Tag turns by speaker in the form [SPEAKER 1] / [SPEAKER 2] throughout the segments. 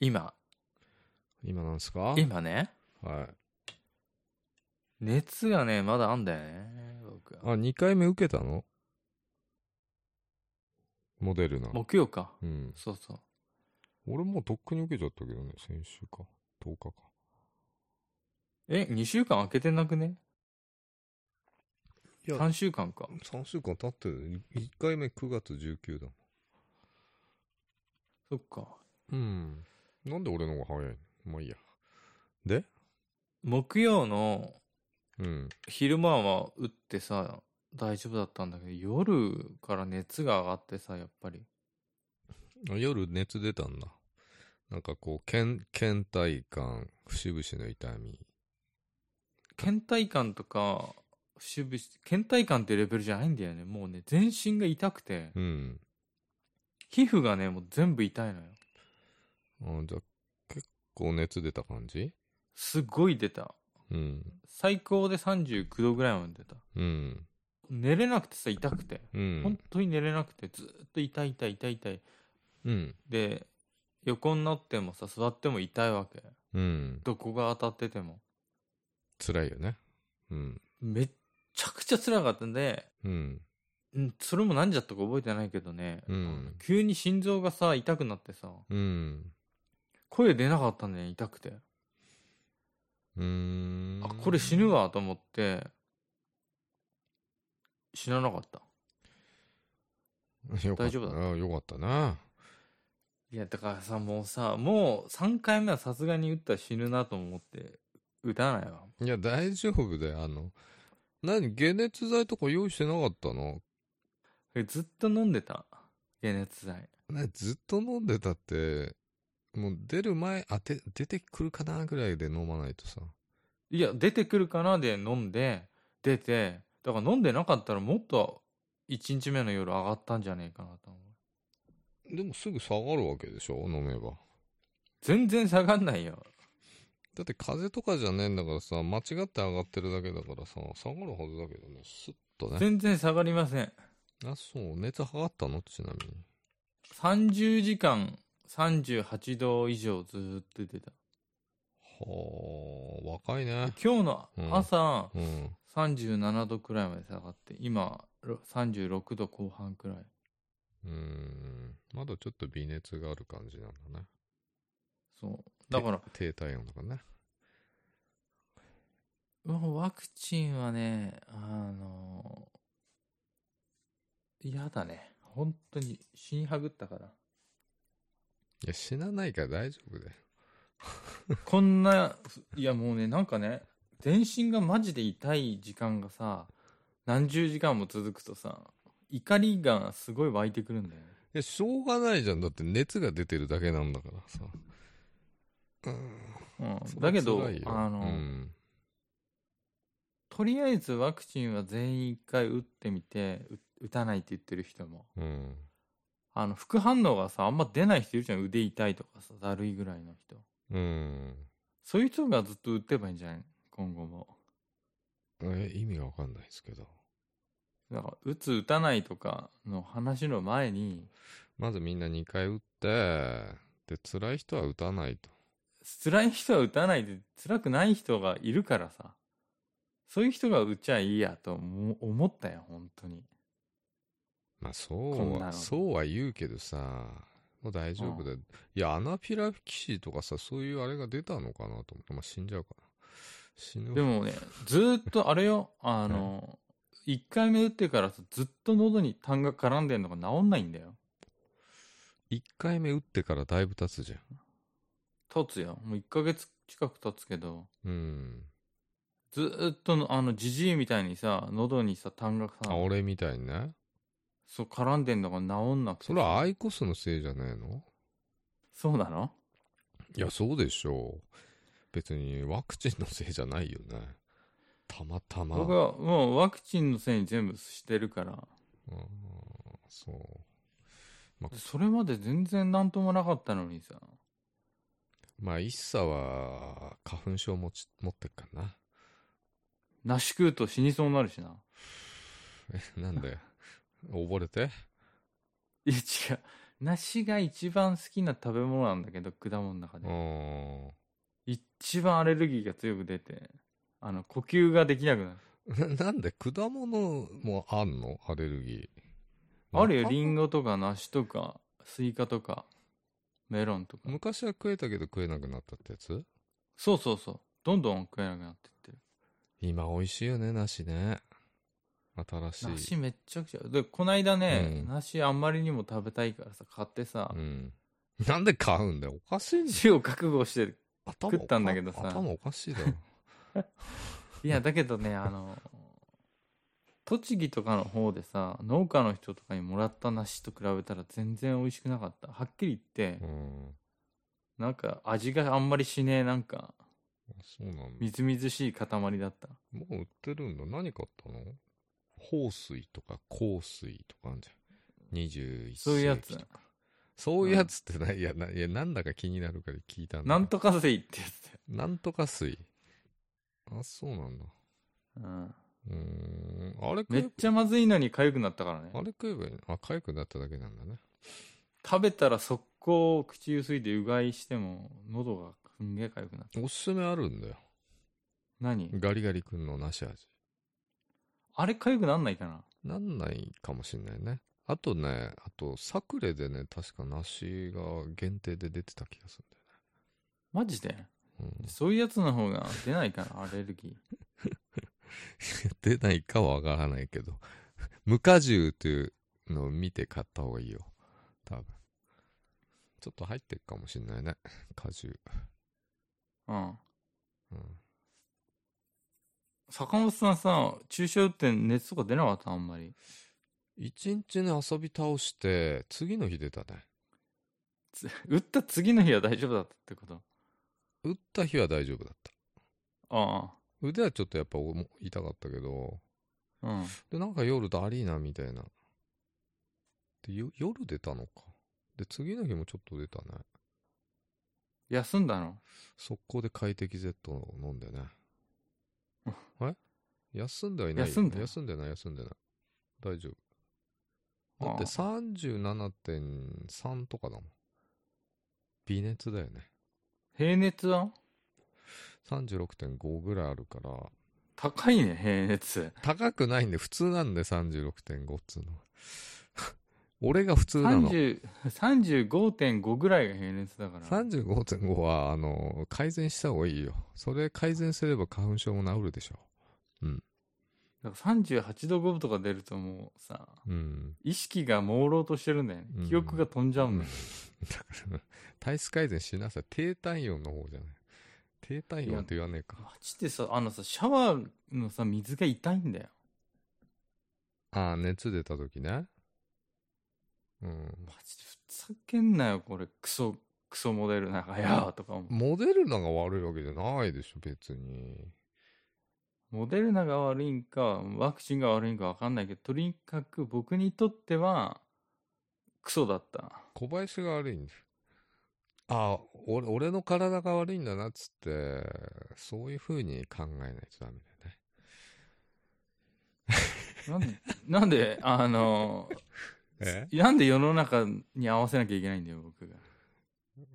[SPEAKER 1] 今、
[SPEAKER 2] 今なんですか
[SPEAKER 1] 今ね、
[SPEAKER 2] はい。
[SPEAKER 1] 熱がね、まだあんだよね、僕
[SPEAKER 2] あ、2回目受けたのモデルナ。
[SPEAKER 1] 木曜か。
[SPEAKER 2] うん。
[SPEAKER 1] そうそう。
[SPEAKER 2] 俺もうとっくに受けちゃったけどね、先週か。10日か。
[SPEAKER 1] え、2週間空けてなくね
[SPEAKER 2] いや
[SPEAKER 1] ?3 週間か。
[SPEAKER 2] 3週間経ってる。1回目9月19だもん。
[SPEAKER 1] そっか。
[SPEAKER 2] うん。なんで俺の方が早いのまあいいや。で
[SPEAKER 1] 木曜の
[SPEAKER 2] うん。
[SPEAKER 1] 昼間は打ってさ、大丈夫だったんだけど、夜から熱が上がってさ、やっぱり。
[SPEAKER 2] あ夜熱出たんだ。なんかこう、倦倦怠感、節々の痛み。
[SPEAKER 1] 倦怠感とか、節々、倦怠感っていうレベルじゃないんだよね。もうね、全身が痛くて、
[SPEAKER 2] うん。
[SPEAKER 1] 皮膚がね、もう全部痛いのよ。
[SPEAKER 2] あじゃあ、結構熱出た感じ
[SPEAKER 1] すごい出た。
[SPEAKER 2] うん。
[SPEAKER 1] 最高で39度ぐらいまで出た。
[SPEAKER 2] うん。
[SPEAKER 1] 寝れなくてさ、痛くて。
[SPEAKER 2] う
[SPEAKER 1] 本
[SPEAKER 2] ん。
[SPEAKER 1] 当に寝れなくて、ずーっと痛い痛い痛い痛い。
[SPEAKER 2] うん。
[SPEAKER 1] で、横になってもさ、座っても痛いわけ。
[SPEAKER 2] うん。
[SPEAKER 1] どこが当たってても。
[SPEAKER 2] 辛いよね。うん。
[SPEAKER 1] めっちゃくちゃ辛かったんで、
[SPEAKER 2] うん。
[SPEAKER 1] うん、それも何じゃったか覚えてないけどね、
[SPEAKER 2] うん
[SPEAKER 1] 急に心臓がさ、痛くなってさ、
[SPEAKER 2] うん。
[SPEAKER 1] 声出なかったんだよね、痛くて。
[SPEAKER 2] うーん。
[SPEAKER 1] あ、これ死ぬわと思って、死ななかった。
[SPEAKER 2] よかった。
[SPEAKER 1] 大丈夫だ
[SPEAKER 2] あよかったな。
[SPEAKER 1] いや、だからさ、もうさ、もう3回目はさすがに打ったら死ぬなと思って、打たないわ。
[SPEAKER 2] いや、大丈夫だよ。あの、何解熱剤とか用意してなかったの
[SPEAKER 1] えずっと飲んでた。解熱剤。
[SPEAKER 2] ね、ずっと飲んでたって、もう出る前、あ、て出てくるかなぐらいで飲まないとさ。
[SPEAKER 1] いや、出てくるかなで飲んで、出て、だから飲んでなかったらもっと1日目の夜上がったんじゃねえかなと思う。
[SPEAKER 2] でもすぐ下がるわけでしょ飲めば。
[SPEAKER 1] 全然下がんないよ。
[SPEAKER 2] だって風邪とかじゃねえんだからさ、間違って上がってるだけだからさ、下がるはずだけどね、スッとね。
[SPEAKER 1] 全然下がりません。
[SPEAKER 2] あ、そう、熱測ったのちなみに。
[SPEAKER 1] 30時間38度以上ずーっと出た。
[SPEAKER 2] はあ、若いね。
[SPEAKER 1] 今日の朝、
[SPEAKER 2] うん。
[SPEAKER 1] 37度くらいまで下がって、今ろ36度後半くらい。
[SPEAKER 2] うーん。まだちょっと微熱がある感じなんだね。
[SPEAKER 1] そう。だから、
[SPEAKER 2] 低体温だからね。
[SPEAKER 1] うんワクチンはね、あの、嫌だね。本当に死にはぐったから。
[SPEAKER 2] いや、死なないから大丈夫だよ。
[SPEAKER 1] こんな、いやもうね、なんかね、全身がマジで痛い時間がさ、何十時間も続くとさ、怒りがすごい湧いてくるんだよね。
[SPEAKER 2] いや、しょうがないじゃん。だって熱が出てるだけなんだからさ。うん
[SPEAKER 1] うん、だけど
[SPEAKER 2] そりゃ辛い、よ
[SPEAKER 1] あの、
[SPEAKER 2] うん
[SPEAKER 1] とりあえずワクチンは全員一回打ってみて、う打たないって言ってる人も。
[SPEAKER 2] うん。
[SPEAKER 1] あの、副反応がさ、あんま出ない人いるじゃん。腕痛いとかさ、だるいぐらいの人。
[SPEAKER 2] うん。
[SPEAKER 1] そういう人がずっと打ってばいいんじゃない今後も。
[SPEAKER 2] え、意味がわかんないですけど。
[SPEAKER 1] だから、打つ、打たないとかの話の前に、
[SPEAKER 2] まずみんな2回打って、で、辛い人は打たないと。
[SPEAKER 1] 辛い人は打たないで、辛くない人がいるからさ、そういう人が打っちゃいいやと思思ったよ、本当に。
[SPEAKER 2] まあ、そ
[SPEAKER 1] こん
[SPEAKER 2] う
[SPEAKER 1] なの
[SPEAKER 2] は、そうは言うけどさ、もう大丈夫だよ。いや、アナフィラキシーとかさ、そういうあれが出たのかなと思って。まあ、死んじゃうかな。死ぬわ
[SPEAKER 1] で、もね、ずーっとあれよ、あの、1回目打ってからさずっと喉に痰が絡んでんのが治んないんだよ。
[SPEAKER 2] 1回目打ってからだいぶ経つじゃん。
[SPEAKER 1] 経つよ。もう1ヶ月近く経つけど、
[SPEAKER 2] うん。
[SPEAKER 1] ずーっとのあの、じじいみたいにさ、喉にさ、痰がさ、
[SPEAKER 2] あ、俺みたいにね。
[SPEAKER 1] そう、絡んでんのが治んなくてさ。
[SPEAKER 2] それはアイコスのせいじゃねえの
[SPEAKER 1] そうなの
[SPEAKER 2] いや、そうでしょう。別にワクチンのせいじゃないよね。たまたま。
[SPEAKER 1] 僕はもうワクチンのせいに全部してるから、
[SPEAKER 2] うん、そう。
[SPEAKER 1] それまで全然何ともなかったのにさ。
[SPEAKER 2] まあ、イッサは花粉症持ち持ってっからな。
[SPEAKER 1] なし食うと死にそうになるしな。
[SPEAKER 2] えなんで溺れて
[SPEAKER 1] いや違う。梨が一番好きな食べ物なんだけど果物の中で、
[SPEAKER 2] あ
[SPEAKER 1] 一番アレルギーが強く出てあの呼吸ができなくなる
[SPEAKER 2] あ。ななんで果物もあんのアレルギー。
[SPEAKER 1] あるよリン
[SPEAKER 2] ゴ。
[SPEAKER 1] ゴとか梨とかスイカとかメロンとか
[SPEAKER 2] 昔は食えたけど食えなくなったってやつ
[SPEAKER 1] そうそうそうどんどん食えなくなってってる
[SPEAKER 2] 今美味しいよね、梨ね。新しい。
[SPEAKER 1] 梨めっちゃくちゃでこないだね、
[SPEAKER 2] うん
[SPEAKER 1] 梨あんまりにも食べたいからさ買ってさ、
[SPEAKER 2] うん。なんで買うんだよ。おかしいんだよ。
[SPEAKER 1] 死を覚悟してる
[SPEAKER 2] 頭
[SPEAKER 1] 食ったんだけどさ
[SPEAKER 2] 頭おかし いだろ。
[SPEAKER 1] いやだけどねあの栃木とかの方でさ農家の人とかにもらった梨と比べたら全然美味しくなかったはっきり言って、
[SPEAKER 2] うん。
[SPEAKER 1] なんか味があんまりしねえなんか
[SPEAKER 2] そうなんだ
[SPEAKER 1] み。ずみずしい塊だった
[SPEAKER 2] もう売ってるんだ。何買ったの豊水とか香水とかあるじゃん。21世紀とか。
[SPEAKER 1] そういうやつ。
[SPEAKER 2] そういうやつってな、いや、ないや、なんだか気になるから聞いたんだ。
[SPEAKER 1] なん。とかせいってやつだよ
[SPEAKER 2] なんとか水。あ、そうなんだ。
[SPEAKER 1] うん
[SPEAKER 2] うーん。あれ食
[SPEAKER 1] め
[SPEAKER 2] え
[SPEAKER 1] っちゃまずいのに痒くなったから
[SPEAKER 2] あ
[SPEAKER 1] ね
[SPEAKER 2] れ食えばいいのあ、痒くなっただけなんだね。
[SPEAKER 1] 食べたら速攻口ゆすいでうがいしても喉がすんげえ痒くなった
[SPEAKER 2] おすすめあるんだよ。
[SPEAKER 1] 何
[SPEAKER 2] ガリガリ君の梨味。
[SPEAKER 1] あれ痒くなんないかな
[SPEAKER 2] なんないかもしんないね。あとね、あと、サクレでね、確か梨が限定で出てた気がす
[SPEAKER 1] マジで
[SPEAKER 2] るんだよね。うん
[SPEAKER 1] そういうやつの方が出ないかなアレルギー
[SPEAKER 2] 出ないかはわからないけど、 無果汁というのを見て買った方がいいよ。多分。ちょっと入ってるかもしんないね。果汁。
[SPEAKER 1] うん
[SPEAKER 2] うん。
[SPEAKER 1] 坂本さんさ注射打って熱とか出なかったあんまり
[SPEAKER 2] 一日ね、遊び倒して、次の日出たね。
[SPEAKER 1] つ打った次の日は大丈夫だったってこと
[SPEAKER 2] 打った日は大丈夫だった。
[SPEAKER 1] あ
[SPEAKER 2] 腕はちょっとやっぱ重痛かったけど、
[SPEAKER 1] あうん
[SPEAKER 2] で、なんか夜だりーなみたいな。で、よ夜出たのか。で、次の日もちょっと出たね。
[SPEAKER 1] 休んだの
[SPEAKER 2] 速攻で快適 Z を飲んでね。え休んではいないよ。
[SPEAKER 1] 休んでない
[SPEAKER 2] 休んでない、休んでない。大丈夫。だっ
[SPEAKER 1] あ
[SPEAKER 2] て
[SPEAKER 1] あ
[SPEAKER 2] 37.3とかだもん。微熱だよね。
[SPEAKER 1] 平熱は
[SPEAKER 2] 36.5ぐらいあるから、
[SPEAKER 1] 高いね平熱
[SPEAKER 2] 高くないんで普通なんで36.5っつうのは。 俺が普通なの。
[SPEAKER 1] 30 35.5ぐらいが平熱だから
[SPEAKER 2] 35.5は、あの、改善した方がいいよ。それ改善すれば花粉症も治るでしょ。
[SPEAKER 1] だから38度5分とか出るともうさ
[SPEAKER 2] うん。
[SPEAKER 1] 意識が朦朧としてるんだよね
[SPEAKER 2] うん
[SPEAKER 1] 記憶が飛んじゃうんだよ、
[SPEAKER 2] だから、体質改善しなさい。低体温の方じゃない。低体温って言わねえか。
[SPEAKER 1] マジでさあのさシャワーのさ水が痛いんだよ
[SPEAKER 2] ああ、熱出た時ね。うん。
[SPEAKER 1] マジでふざけんなよこれクソクソモデルなんかやーとか思う
[SPEAKER 2] モデルナが悪いわけじゃないでしょ、別に。
[SPEAKER 1] モデルナが悪いんかワクチンが悪いんか分かんないけどとにかく僕にとってはクソだった
[SPEAKER 2] 小林が悪いんだよ。ああ、俺、俺の体が悪いんだな、っつって、そういう風に考えないとダメだよね。
[SPEAKER 1] なん でなんであのなんで世の中に合わせなきゃいけないんだよ僕が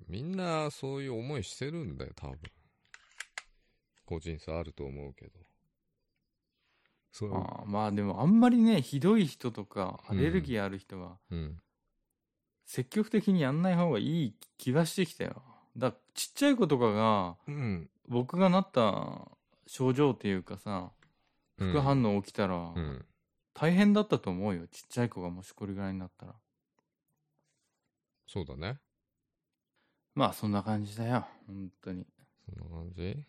[SPEAKER 2] みんなそういう思いしてるんだよ、多分。個人差あると思うけど。そう、
[SPEAKER 1] あーまあでもあんまりねひどい人とかアレルギーある人は
[SPEAKER 2] うん。
[SPEAKER 1] 積極的にやんない方がいい気がしてきたよだからちっちゃい子とかが
[SPEAKER 2] うん。
[SPEAKER 1] 僕がなった症状っていうかさ副反応起きたら
[SPEAKER 2] うん。
[SPEAKER 1] 大変だったと思うよちっちゃい子がもしこれぐらいになったら
[SPEAKER 2] そうだね。
[SPEAKER 1] まあそんな感じだよ本当に
[SPEAKER 2] そんな感じ。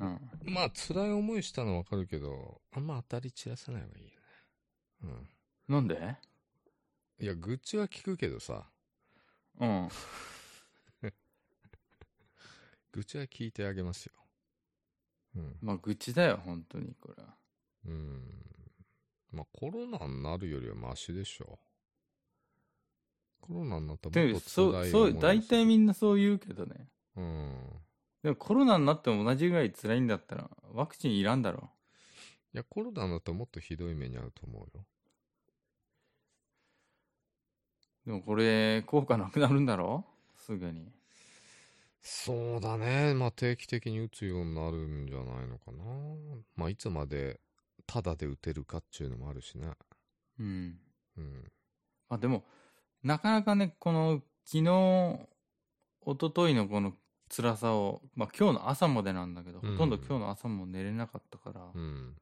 [SPEAKER 1] うん
[SPEAKER 2] まあ、辛い思いしたのわかるけど、あんま当たり散らさない方がいいよね。
[SPEAKER 1] なんで
[SPEAKER 2] うん。いや、愚痴は聞くけどさ、
[SPEAKER 1] うん
[SPEAKER 2] 愚痴は聞いてあげますよ。うん。
[SPEAKER 1] まあ愚痴だよ本当にこれは
[SPEAKER 2] うん。まあ、コロナになるよりはマシでしょ。コロナになったらも
[SPEAKER 1] で
[SPEAKER 2] っと辛い
[SPEAKER 1] そ
[SPEAKER 2] 思
[SPEAKER 1] う
[SPEAKER 2] い
[SPEAKER 1] そう大体み
[SPEAKER 2] ん
[SPEAKER 1] んなそう言うけどね
[SPEAKER 2] うん。
[SPEAKER 1] でもコロナになっても同じぐらい辛いんだったらワクチンいらんだろ
[SPEAKER 2] いや、コロナだともっとひどい目に遭うと思うよ。
[SPEAKER 1] でもこれ、効果なくなるんだろすぐに。
[SPEAKER 2] そうだね。まあ定期的に打つようになるんじゃないのかな。まあいつまでタダで打てるかっていうのもあるしね。
[SPEAKER 1] うん。
[SPEAKER 2] うん。
[SPEAKER 1] まあでも、なかなかね、この、昨日、一昨日のこの辛さを、まあ今日の朝までなんだけど、
[SPEAKER 2] うん
[SPEAKER 1] ほとんど今日の朝も寝れなかったから、
[SPEAKER 2] うん。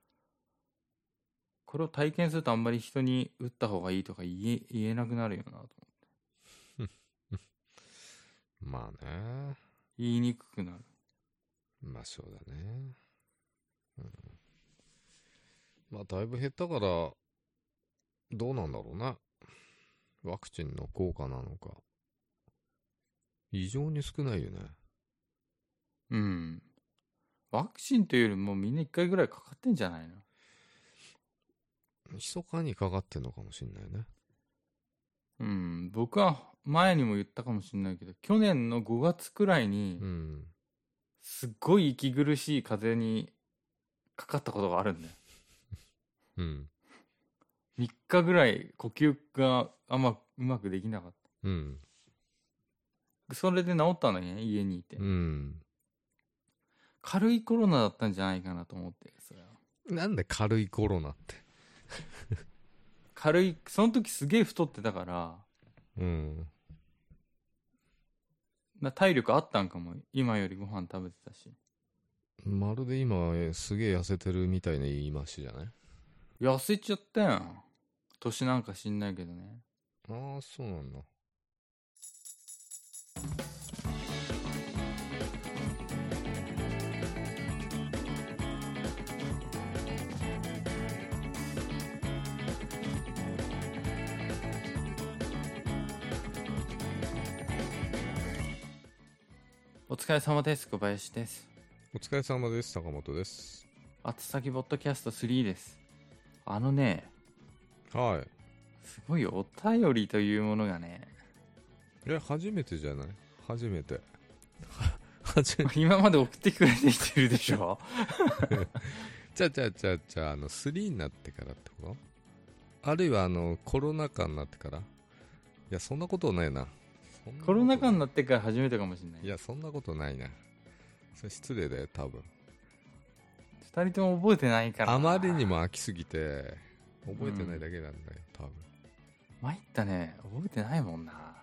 [SPEAKER 1] これを体験するとあんまり人に打った方がいいとか言え、言えなくなるよなと思って。
[SPEAKER 2] まあね。
[SPEAKER 1] 言いにくくなる。
[SPEAKER 2] まあそうだね。うん。まあだいぶ減ったから、どうなんだろうな。ワクチンの効果なのか。異常に少ないよね。
[SPEAKER 1] うん。ワクチンというよりもみんな一回ぐらいかかってんじゃないの
[SPEAKER 2] 密かにかかってんのかもしんないね。
[SPEAKER 1] うん。僕は前にも言ったかもしれないけど、去年の5月くらいに
[SPEAKER 2] う、ん。
[SPEAKER 1] すっごい息苦しい風邪にかかったことがあるんだよ。
[SPEAKER 2] うん。
[SPEAKER 1] 3日ぐらい呼吸があんまうまくできなかっ
[SPEAKER 2] うん。
[SPEAKER 1] た。それで治ったんだね、家にいて。
[SPEAKER 2] うん。
[SPEAKER 1] 軽いコロナだったんじゃないかなと思って、それは。
[SPEAKER 2] なんで軽いコロナって。
[SPEAKER 1] 軽い、その時すげえ太ってたから、
[SPEAKER 2] うん。
[SPEAKER 1] な体力あったんかも。今よりご飯食べてたし。
[SPEAKER 2] まるで今、えすげえ痩せてるみたいな言い回しじゃない
[SPEAKER 1] 痩せちゃったやん。年なんか知んないけどね。
[SPEAKER 2] ああ、そうなんだ。
[SPEAKER 1] お疲れ様です。小林です。
[SPEAKER 2] お疲れ様です。坂本です。
[SPEAKER 1] 後先ボットキャスト3です。あのね、
[SPEAKER 2] はい。
[SPEAKER 1] すごいよお便りというものがね、
[SPEAKER 2] え初めてじゃない初めて は初めて
[SPEAKER 1] 今まで送ってくれてきてるでし ょ
[SPEAKER 2] じゃあじゃあじゃあじゃああの3になってからってことあるいはあのコロナ禍になってからいやそんなことないなそんな
[SPEAKER 1] コ
[SPEAKER 2] こと
[SPEAKER 1] ロナ禍になってから初めてかもしれない。
[SPEAKER 2] いやそんなことないなそれ失礼だよ多分
[SPEAKER 1] 二人とも覚えてないから。
[SPEAKER 2] あまりに。も飽きすぎて覚えてないだけなんだよ、多分
[SPEAKER 1] 参ったね。覚えてないもんな。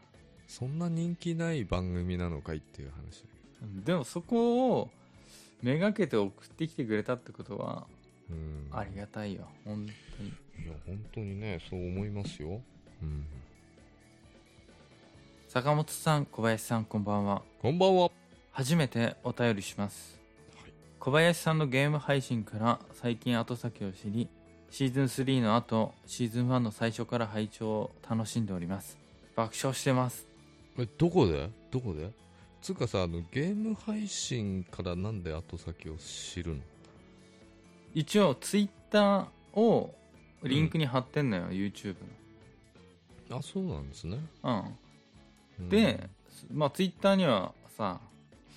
[SPEAKER 2] そんな人気ない番組なのかいっていう話だけ
[SPEAKER 1] うんでもそこをめがけて送ってきてくれたってことは、
[SPEAKER 2] どうん
[SPEAKER 1] ありがたいよ。本当に。
[SPEAKER 2] いや本当にねそう思いますようん
[SPEAKER 1] 坂本さん、小林さん、こんばんは。
[SPEAKER 2] こんばんは
[SPEAKER 1] 初めてお便りします、
[SPEAKER 2] い
[SPEAKER 1] 小林さんのゲーム配信から最近後先を知りシーズン3の後シーズン1の最初から拝聴を楽しんでおります爆笑してます
[SPEAKER 2] えどこでどこでつうかさあのゲーム配信からなんで後先を知るの
[SPEAKER 1] 一応ツイッターをリンクに貼ってんのよ、YouTube
[SPEAKER 2] あそうなんですね、
[SPEAKER 1] のうん
[SPEAKER 2] うん
[SPEAKER 1] で、まあツイッターにはさ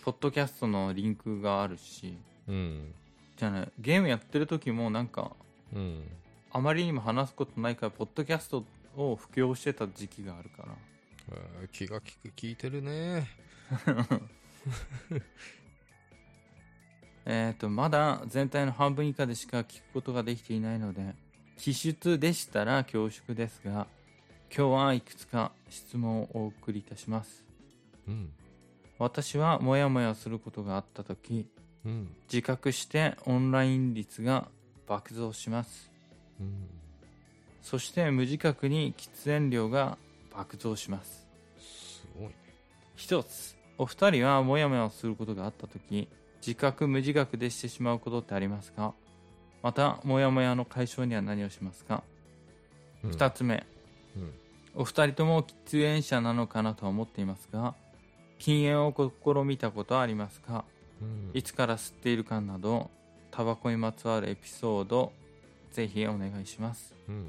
[SPEAKER 1] ポッドキャストのリンクがあるし
[SPEAKER 2] うん
[SPEAKER 1] じゃあねゲームやってる時もなんか
[SPEAKER 2] うん
[SPEAKER 1] あまりにも話すことないからポッドキャストを布教してた時期があるから
[SPEAKER 2] えー気が利く聞いてるね
[SPEAKER 1] えー、とまだ全体の半分以下でしか聞くことができていないので記述でしたら恐縮ですが今日はいくつか質問をお送りいたします
[SPEAKER 2] うん
[SPEAKER 1] 私はモヤモヤすることがあった時
[SPEAKER 2] うん
[SPEAKER 1] 自覚してオンライン率が爆増します
[SPEAKER 2] うん
[SPEAKER 1] そして無自覚に喫煙量が爆増します
[SPEAKER 2] すごいね
[SPEAKER 1] 一つお二人はモヤモヤすることがあった時自覚無自覚でしてしまうことってありますかまたモヤモヤの解消には何をしますか、
[SPEAKER 2] うん
[SPEAKER 1] 二つ目
[SPEAKER 2] うん
[SPEAKER 1] お二人とも喫煙者なのかなとは思っていますが禁煙を試みたことはありますか
[SPEAKER 2] うん
[SPEAKER 1] いつから吸っているかなどタバコにまつわるエピソードぜひお願いします
[SPEAKER 2] うん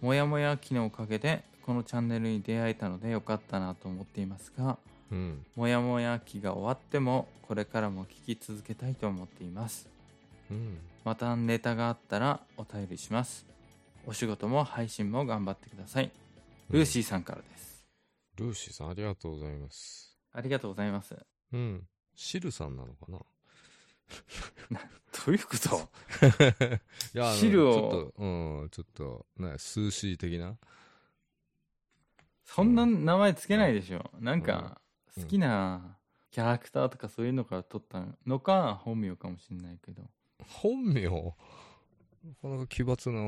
[SPEAKER 1] モヤモヤ期のおかげでこのチャンネルに出会えたのでよかったなと思っていますが
[SPEAKER 2] うん
[SPEAKER 1] もやもや期が終わってもこれからも聞き続けたいと思っています
[SPEAKER 2] うん
[SPEAKER 1] またネタがあったらお便りしますお仕事も配信も頑張ってくださいルーシーさんからです。
[SPEAKER 2] ルーシーさん、ありがとうございます。
[SPEAKER 1] ありがとうございます。
[SPEAKER 2] うん。シルさんなのかな
[SPEAKER 1] どういうこと
[SPEAKER 2] いやあの
[SPEAKER 1] シルを
[SPEAKER 2] ちょっと、うん、ちょっと、ね、スーシー的な。
[SPEAKER 1] そんな名前つけないでしょ。なんか、
[SPEAKER 2] うん
[SPEAKER 1] 好きなキャラクターとかそういうのから取ったのか、本名かもしれないけど。
[SPEAKER 2] 本名なかなか奇抜な、う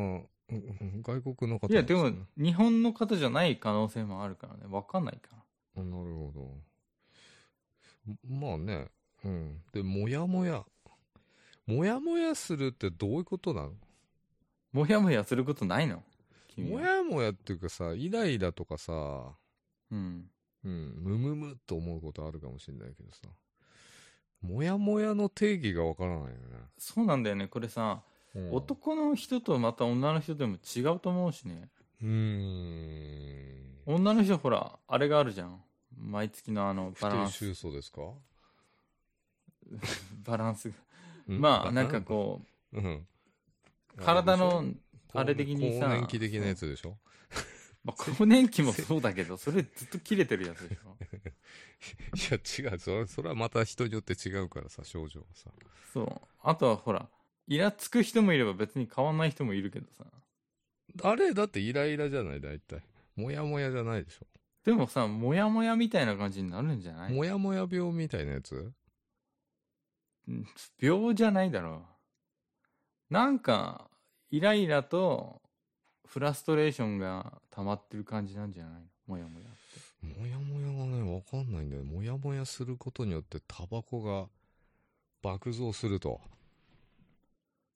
[SPEAKER 2] ん外国の方
[SPEAKER 1] いや、でも
[SPEAKER 2] なんすね、
[SPEAKER 1] 日本の方じゃない可能性もあるからね。わかんないか
[SPEAKER 2] あなるほど。まあね、うん。で、もやもや。もやもやするってどういうことなの
[SPEAKER 1] ら。もやもやすることないの君は
[SPEAKER 2] もやもやっていうかさ、イライラとかさ、
[SPEAKER 1] うん。
[SPEAKER 2] うん、むむむっと思うことあるかもしれないけどさ、もやもやの定義がわからないよね。
[SPEAKER 1] そうなんだよね。これさ、
[SPEAKER 2] うん
[SPEAKER 1] 男の人とまた女の人でも違うと思うしね。
[SPEAKER 2] うーん。
[SPEAKER 1] 女の人ほら、あれがあるじゃん。毎月のあの、
[SPEAKER 2] 不
[SPEAKER 1] バラ
[SPEAKER 2] 定
[SPEAKER 1] ンス、
[SPEAKER 2] 収穫ですか
[SPEAKER 1] バランスが。まあ、なんかこう、
[SPEAKER 2] う、うん、
[SPEAKER 1] 体の
[SPEAKER 2] れでしょ、
[SPEAKER 1] あれ的にさ
[SPEAKER 2] 更年期的なやつで しょ
[SPEAKER 1] まあ、更年期もそうだけど、それずっと切れてるやつでしょ。
[SPEAKER 2] いや、違う。それそれはまた人によって違うからさ、症状がさ。
[SPEAKER 1] そう。あとはほら、イラつく人もいれば別に変わんない人もいるけどさ。
[SPEAKER 2] あれ、だってイライラじゃない、大体。もやもやじゃないでしょ。
[SPEAKER 1] でもさ、モヤモヤみたいな感じになるんじゃない
[SPEAKER 2] もやもや病みたいなやつ
[SPEAKER 1] うん病じゃないだろう。なんか、イライラとフラストレーションが溜まってる感じなんじゃないのモヤモヤって。
[SPEAKER 2] もやもやがね、わかんないんだよね。もやもやすることによってタバコが爆増すると。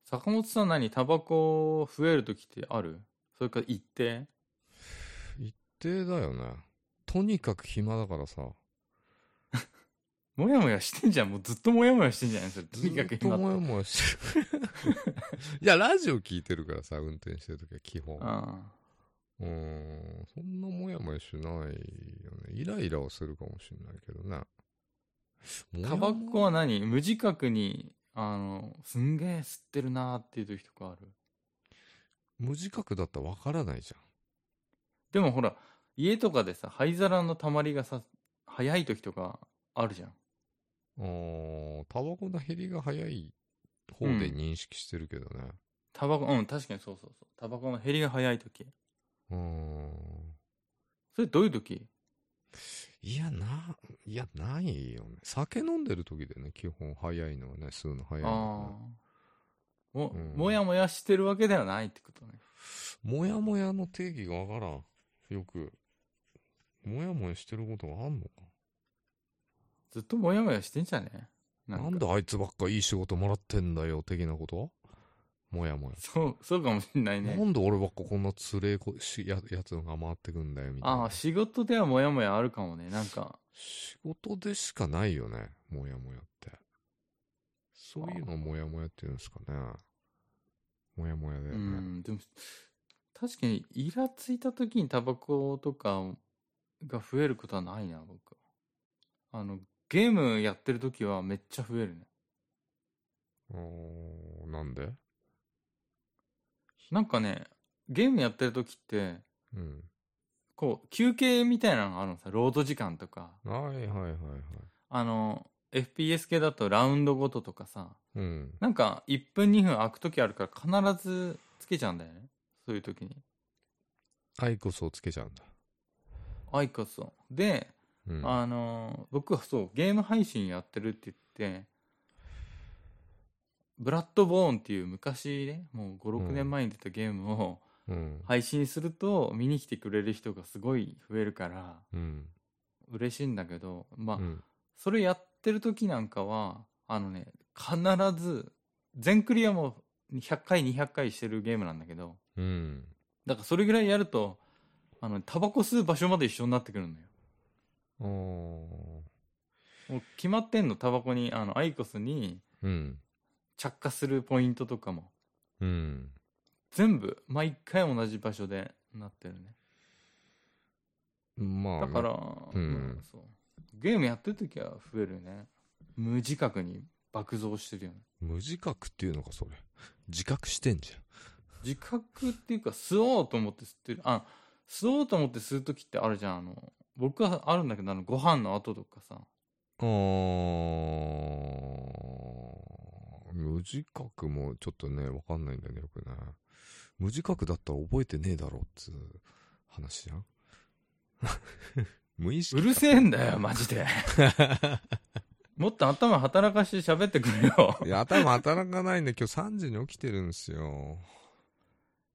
[SPEAKER 1] 坂本さん何タバコ増える時ってあるそれから一定
[SPEAKER 2] でだよね。とにかく暇だからさ。
[SPEAKER 1] モヤモヤしてんじゃん。もうずっとモヤモヤしてんじゃないそれ。と
[SPEAKER 2] ず
[SPEAKER 1] にかく
[SPEAKER 2] っと
[SPEAKER 1] 今。
[SPEAKER 2] もやもやしてる。 いや、ラジオ聞いてるからさ、運転してるときは基本。
[SPEAKER 1] ああ
[SPEAKER 2] うーん、そんなもやもやしないよね。イライラはするかもしれないけどね。もや
[SPEAKER 1] タ
[SPEAKER 2] もや
[SPEAKER 1] バコは何無自覚に、あの、すんげえ吸ってるなーっていう時とかある。
[SPEAKER 2] 無自覚だったらわからないじ
[SPEAKER 1] でもほら、家とかでさ、灰皿の溜まりがさ、早い時とかあるじゃん。
[SPEAKER 2] ゃん。あータバコの減りが早い方で認識してるけどね。
[SPEAKER 1] タバコ、うん、確かにそうそうそう。タバコの減りが早い時。
[SPEAKER 2] うーん。
[SPEAKER 1] それどういう時
[SPEAKER 2] いや、な、いや、ないよね。酒飲んでる時でね、基本早いのはね、吸うの早い
[SPEAKER 1] ああ
[SPEAKER 2] のはね。
[SPEAKER 1] ー。も、
[SPEAKER 2] うん
[SPEAKER 1] もやもやしてるわけではないってことね。
[SPEAKER 2] もやもやの定義がわからん。よく。もやもやしてることがあんのか。
[SPEAKER 1] ずっともやもやしてんじゃねな
[SPEAKER 2] なんん
[SPEAKER 1] か
[SPEAKER 2] であいつばっかいい仕事もらってんだよ、的なこともやもや。
[SPEAKER 1] そう、そうかもしんないね
[SPEAKER 2] な。んで俺ばっかこんなつれえこしややつが回ってくんだよ、みたい
[SPEAKER 1] あ
[SPEAKER 2] な
[SPEAKER 1] あ、。仕事ではもやもやあるかもね。なんか、
[SPEAKER 2] 仕事でしかないよね、もやもやって。そういうのもやもやって言うんですかね。もやもやだよ
[SPEAKER 1] う
[SPEAKER 2] ね。
[SPEAKER 1] ん、でも、確かに、イラついた時にタバコとかが増えることはないな、僕。あの、ゲームやってる時はめっちゃ増えるね。
[SPEAKER 2] おーなんで
[SPEAKER 1] なんかね、ゲームやってる時って、
[SPEAKER 2] うん。
[SPEAKER 1] こう、休憩みたいなのがあるのさ、ロード時間とか、
[SPEAKER 2] はいはいはいはい。
[SPEAKER 1] あの、FPS 系だとラウンドごととかさ、
[SPEAKER 2] うん。
[SPEAKER 1] なんか1分2分空く時あるから必ずつけちゃうんだよね。そういう時に。
[SPEAKER 2] アイコスをつけちゃうんだ。
[SPEAKER 1] アイコスを。で、
[SPEAKER 2] うん。
[SPEAKER 1] あのー僕はそうゲーム配信やってるって言ってブラッドボーンっていう昔ねもう56
[SPEAKER 2] うん
[SPEAKER 1] 年前に出たゲームを
[SPEAKER 2] うん。
[SPEAKER 1] 配信すると見に来てくれる人がすごい増えるから
[SPEAKER 2] うん。
[SPEAKER 1] 嬉しいんだけどまあ、
[SPEAKER 2] うん。
[SPEAKER 1] それやってる時なんかはあのね必ず全クリアも100回200回してるゲームなんだけど
[SPEAKER 2] うん。
[SPEAKER 1] だからそれぐらいやるとあのタバコ吸う場所まで一緒になってくるんだよ
[SPEAKER 2] お
[SPEAKER 1] もう決まってんのタバコにあのアイコスに
[SPEAKER 2] ーうん。
[SPEAKER 1] 着火するポイントとかも
[SPEAKER 2] うん。
[SPEAKER 1] 全部毎回同じ場所でなってるね
[SPEAKER 2] まあ、
[SPEAKER 1] だから、
[SPEAKER 2] うん
[SPEAKER 1] まあそうゲームやってる時は増えるね無自覚に爆増してるよね
[SPEAKER 2] 無自覚っていうのか、それ。自覚してんじゃん。
[SPEAKER 1] 自覚っていうか吸おうと思って吸ってるあ吸おうと思って吸う時ってあるじゃんあの僕はあるんだけどあのご飯の後とかさ
[SPEAKER 2] あー無自覚もちょっとね、わかんないんだよね、よくね。無自覚だったら覚えてねえだろ、っつう話 じゃん無意識
[SPEAKER 1] うるせえんだよマジで もっと頭働かして喋ってくれよ
[SPEAKER 2] いや、頭働かないんで、今日3時に起きてるんですよ。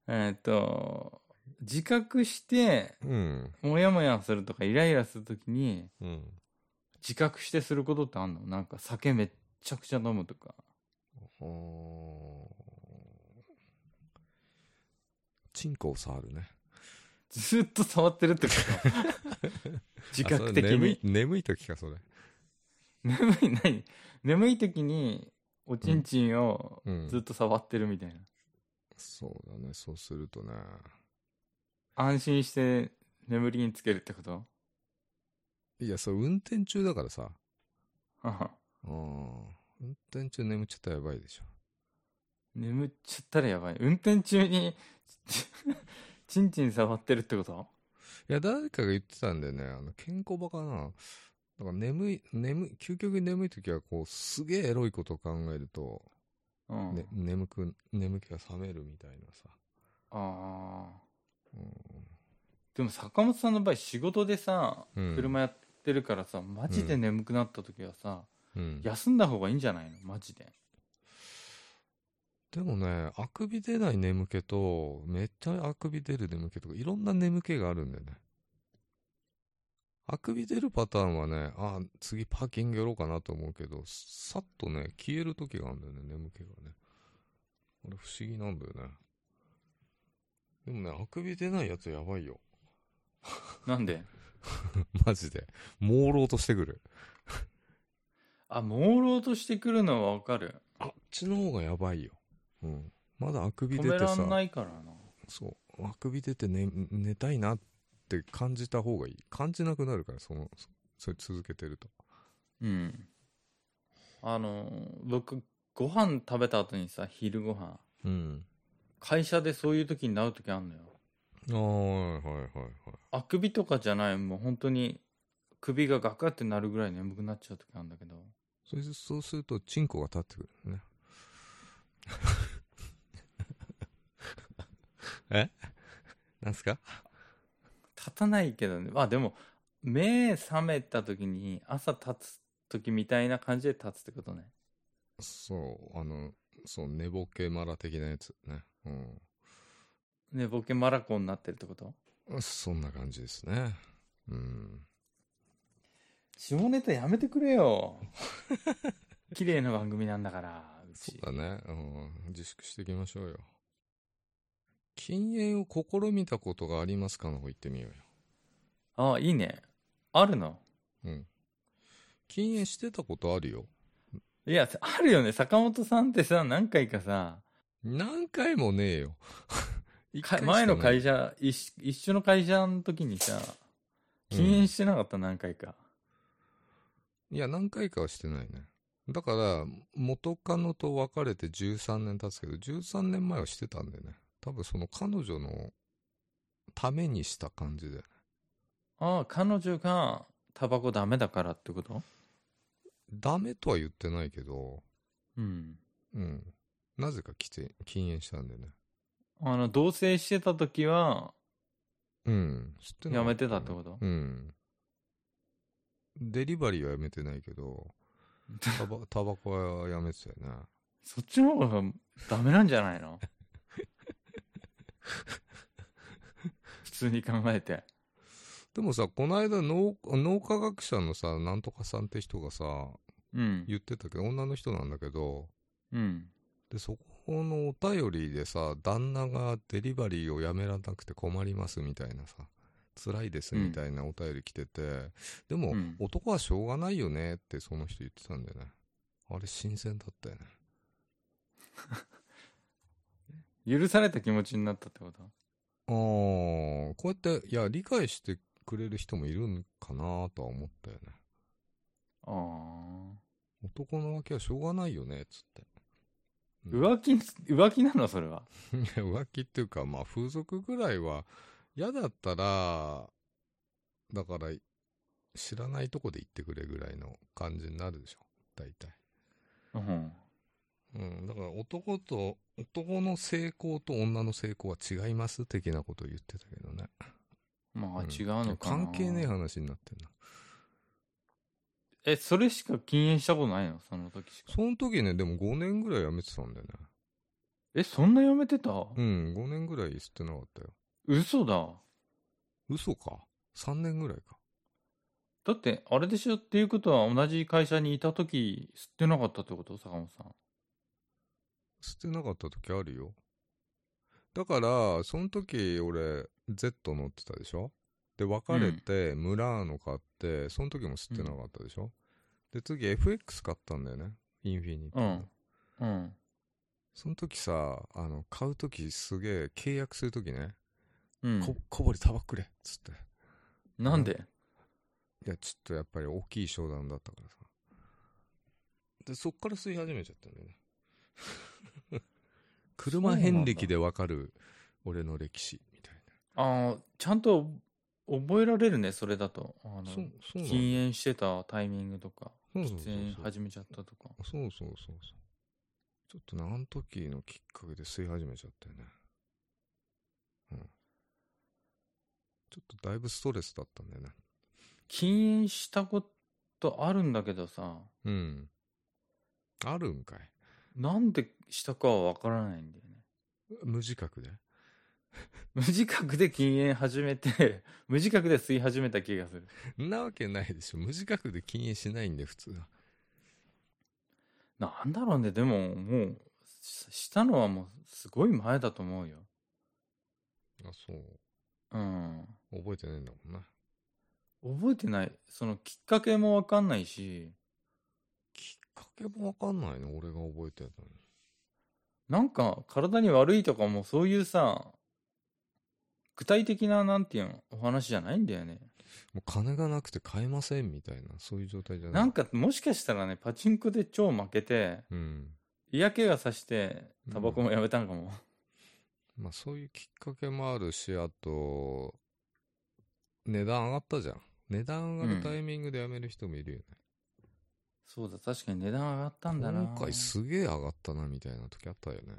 [SPEAKER 1] えーっと自覚して
[SPEAKER 2] うん。
[SPEAKER 1] モヤモヤするとかイライラするときに
[SPEAKER 2] うん。
[SPEAKER 1] 自覚してすることってあんのなんか酒めっちゃくちゃ飲むとか
[SPEAKER 2] あーチンコを触るね。
[SPEAKER 1] ずっと触ってるってこと 自覚的
[SPEAKER 2] あそれ眠
[SPEAKER 1] に
[SPEAKER 2] い、眠い時か、それ。
[SPEAKER 1] 眠い何 眠い時におちんちんを
[SPEAKER 2] うん
[SPEAKER 1] ずっと触ってるみたいな、
[SPEAKER 2] そうだね、そうするとね。
[SPEAKER 1] 安心して眠りにつけるってこと
[SPEAKER 2] いや、それ運転中だからさ。
[SPEAKER 1] あは
[SPEAKER 2] うん運転中眠っちゃったらやばいでしょ。
[SPEAKER 1] 眠っちゃったらやばい運転中に ちちんちん触ってるってこと
[SPEAKER 2] いや、誰かが言ってたんだよね。あの、健康バカな。だから眠い、眠い、究極に眠い時は、こう、すげえエロいことを考えると、
[SPEAKER 1] うん、
[SPEAKER 2] ね、眠く、眠気が覚めるみたいなさ。
[SPEAKER 1] ああ
[SPEAKER 2] うん
[SPEAKER 1] でも坂本さんの場合仕事でさ
[SPEAKER 2] うん
[SPEAKER 1] 車やってるからさ、マジで眠くなった時はさ、
[SPEAKER 2] うん。
[SPEAKER 1] 休んだ方がいいんじゃないのマジで
[SPEAKER 2] でもね、あくび出ない眠気と、めっちゃあくび出る眠気とか、いろんな眠気があるんだよね。あくび出るパターンはね、あー次パーキング寄ろうかなと思うけど、さっとね、消える時があるんだよね、眠気がね。これ不思議なんだよね。でもね、あくび出ないやつやばいよ。
[SPEAKER 1] なんで
[SPEAKER 2] マジで。朦朧としてくる。
[SPEAKER 1] あ朦朧としてくるのはわかる
[SPEAKER 2] あっちの方がやばいよ。うん。まだあくび
[SPEAKER 1] 止
[SPEAKER 2] 出
[SPEAKER 1] め
[SPEAKER 2] て
[SPEAKER 1] ら
[SPEAKER 2] さ。
[SPEAKER 1] んないからな
[SPEAKER 2] そう、あくび出て寝寝たいなって感じた方がいい。感じなくなるから、その、そそれ続けてると。
[SPEAKER 1] うんあの僕ご飯食べた後にさ昼ご飯
[SPEAKER 2] うん。
[SPEAKER 1] 会社でそういう時になる時あんのよ
[SPEAKER 2] ああ、はいはいはいはい。
[SPEAKER 1] あくびとかじゃないもう本当に首がガクってなるぐらい眠くなっちゃう時あるんだけど
[SPEAKER 2] それでそうすると、チンコが立ってくるね。 えなんすか
[SPEAKER 1] 立たないけどねまあでも目覚めた時に朝立つ時みたいな感じで立つってことね
[SPEAKER 2] そう、あの、そう、寝ぼけマラ的なやつね。う
[SPEAKER 1] ねボケマラコンになってるってこと
[SPEAKER 2] ん。そんな感じですね。うん。
[SPEAKER 1] 下ネタやめてくれよ 綺麗な番組なんだからう
[SPEAKER 2] そ
[SPEAKER 1] ち
[SPEAKER 2] うだね、うん、自粛していきましょうよ。禁煙を試みたことがありますかの方行ってみよう
[SPEAKER 1] あいいねあるの
[SPEAKER 2] よ。うん。禁煙してたことあるよ。
[SPEAKER 1] いやあるよね坂本さんってさ何回かさ
[SPEAKER 2] 何回もねえよ。一
[SPEAKER 1] か
[SPEAKER 2] 回しかない
[SPEAKER 1] 前の会社一一緒の会社の時にさ禁煙してなかった、何回か
[SPEAKER 2] いや、何回かはしてないね。だから、元カノと別れて13年経つけど、13年前はしてたんだよね。多分その彼女のためにした感じで。
[SPEAKER 1] ああ彼女がタバコダメだからってこと
[SPEAKER 2] ダメとは言ってないけど、
[SPEAKER 1] うん
[SPEAKER 2] うん。なぜかきて禁煙したんだよね。
[SPEAKER 1] あの同棲してた時は
[SPEAKER 2] うん。知って
[SPEAKER 1] やめてたってことと
[SPEAKER 2] うん。デリバリーはやめてない けど、タバタバコはやめてたよね。
[SPEAKER 1] そっちの方がダメなんじゃない の普通に考えて
[SPEAKER 2] でもさ、この間脳、脳科学者のさ、なんとかさんって人がさ、
[SPEAKER 1] うん
[SPEAKER 2] 言ってたけど、女の人なんだけど、
[SPEAKER 1] うん
[SPEAKER 2] で、そこのお便りでさ、旦那がデリバリーをやめらなくて困りますみたいなさ、辛いですみたいなお便り来てて、でも、
[SPEAKER 1] うん
[SPEAKER 2] 男はしょうがないよねってその人言ってたんだよね。あれ新鮮だったよね。
[SPEAKER 1] 許された気持ちになったってこと
[SPEAKER 2] ああ、こうやって、いや、理解してくれる人もいるんかなとは思ったよね。
[SPEAKER 1] ああ
[SPEAKER 2] 男の浮気はしょうがないよね、つって。うん
[SPEAKER 1] 浮気浮気なのそれは
[SPEAKER 2] いや浮気っていうか、まあ、風俗ぐらいは嫌だったら、だから、知らないとこで行ってくれぐらいの感じになるでしょ。大体。
[SPEAKER 1] うん。
[SPEAKER 2] うん。だから男と、男の成功と女の成功は違います的なことを言ってたけどね。
[SPEAKER 1] まあ、
[SPEAKER 2] ん
[SPEAKER 1] 違うのかな。
[SPEAKER 2] 関係ねえ話になってんな。
[SPEAKER 1] え、それしか禁煙したことないのその時しか。
[SPEAKER 2] その時ね、でも5年ぐらいやめてたんだよね。
[SPEAKER 1] え、そんなやめてた、
[SPEAKER 2] うん、5年ぐらい吸ってなかったよ。
[SPEAKER 1] 嘘だ。
[SPEAKER 2] 嘘か。3年ぐらいか。
[SPEAKER 1] だって、あれでしょっていうことは同じ会社にいた時、吸ってなかったってこと坂本さん。
[SPEAKER 2] 吸ってなかった時あるよ。だから、その時俺、Z 乗ってたでしょで、別れて、ムラーノ買って、その時も吸ってなかったでしょ、で、次 FX 買ったんだよね。インフィニティの。
[SPEAKER 1] うんうん。
[SPEAKER 2] その時さ、あの、買う時すげえ、契約する時ね、
[SPEAKER 1] うん。
[SPEAKER 2] こ、こぼれタバコくれっつって。
[SPEAKER 1] なんで、
[SPEAKER 2] いや、ちょっとやっぱり大きい商談だったからさ。で、そっから吸い始めちゃったんだよね。 車遍歴でわかる俺の歴史みたい
[SPEAKER 1] ああ、ちゃんと覚えられるね、それだと。あの
[SPEAKER 2] な。そう、そうなんだ
[SPEAKER 1] 禁煙してたタイミングとか、
[SPEAKER 2] そうそう
[SPEAKER 1] 喫
[SPEAKER 2] そう
[SPEAKER 1] 煙
[SPEAKER 2] そう。
[SPEAKER 1] 始めちゃったとか。
[SPEAKER 2] そうそうそうそう。ちょっとね、あの時のきっかけで吸い始めちゃったよね。うん。ちょっとだいぶストレスだったんだよね。
[SPEAKER 1] 禁煙したことあるんだけどさ、
[SPEAKER 2] うん。あるんかい。
[SPEAKER 1] なんでしたかはわからないんだよね。
[SPEAKER 2] 無自覚で。
[SPEAKER 1] 無自覚で禁煙始めて、 無自覚で吸い始めた気がする。
[SPEAKER 2] んなわけないでしょ。無自覚で禁煙しないんで、普通は。
[SPEAKER 1] なんだろうね、でももう、ししたのはもうすごい前だと思うよ。
[SPEAKER 2] あ、そう。
[SPEAKER 1] うん。
[SPEAKER 2] 覚えてないんだもんな。
[SPEAKER 1] 覚えてない。そのきっかけもわかんないし、
[SPEAKER 2] きっかけもわかんないの俺が覚えてるのに。
[SPEAKER 1] なんか体に悪いとかもそういうさ、具体的な、なんていうの、お話じゃないんだよね。
[SPEAKER 2] もう金がなくて買えませんみたいな、そういう状態じゃない。
[SPEAKER 1] なんかもしかしたらね、パチンコで超負けて、
[SPEAKER 2] うん。
[SPEAKER 1] 嫌気がさして、タバコもやめたんかも。
[SPEAKER 2] まあそういうきっかけもあるし、あと、値段上がったじゃん。値段上がるタイミングで辞める人もいるよね。
[SPEAKER 1] そうだ、確かに値段上がったんだな。
[SPEAKER 2] 今回すげえ上がったなみたいな時あったよね。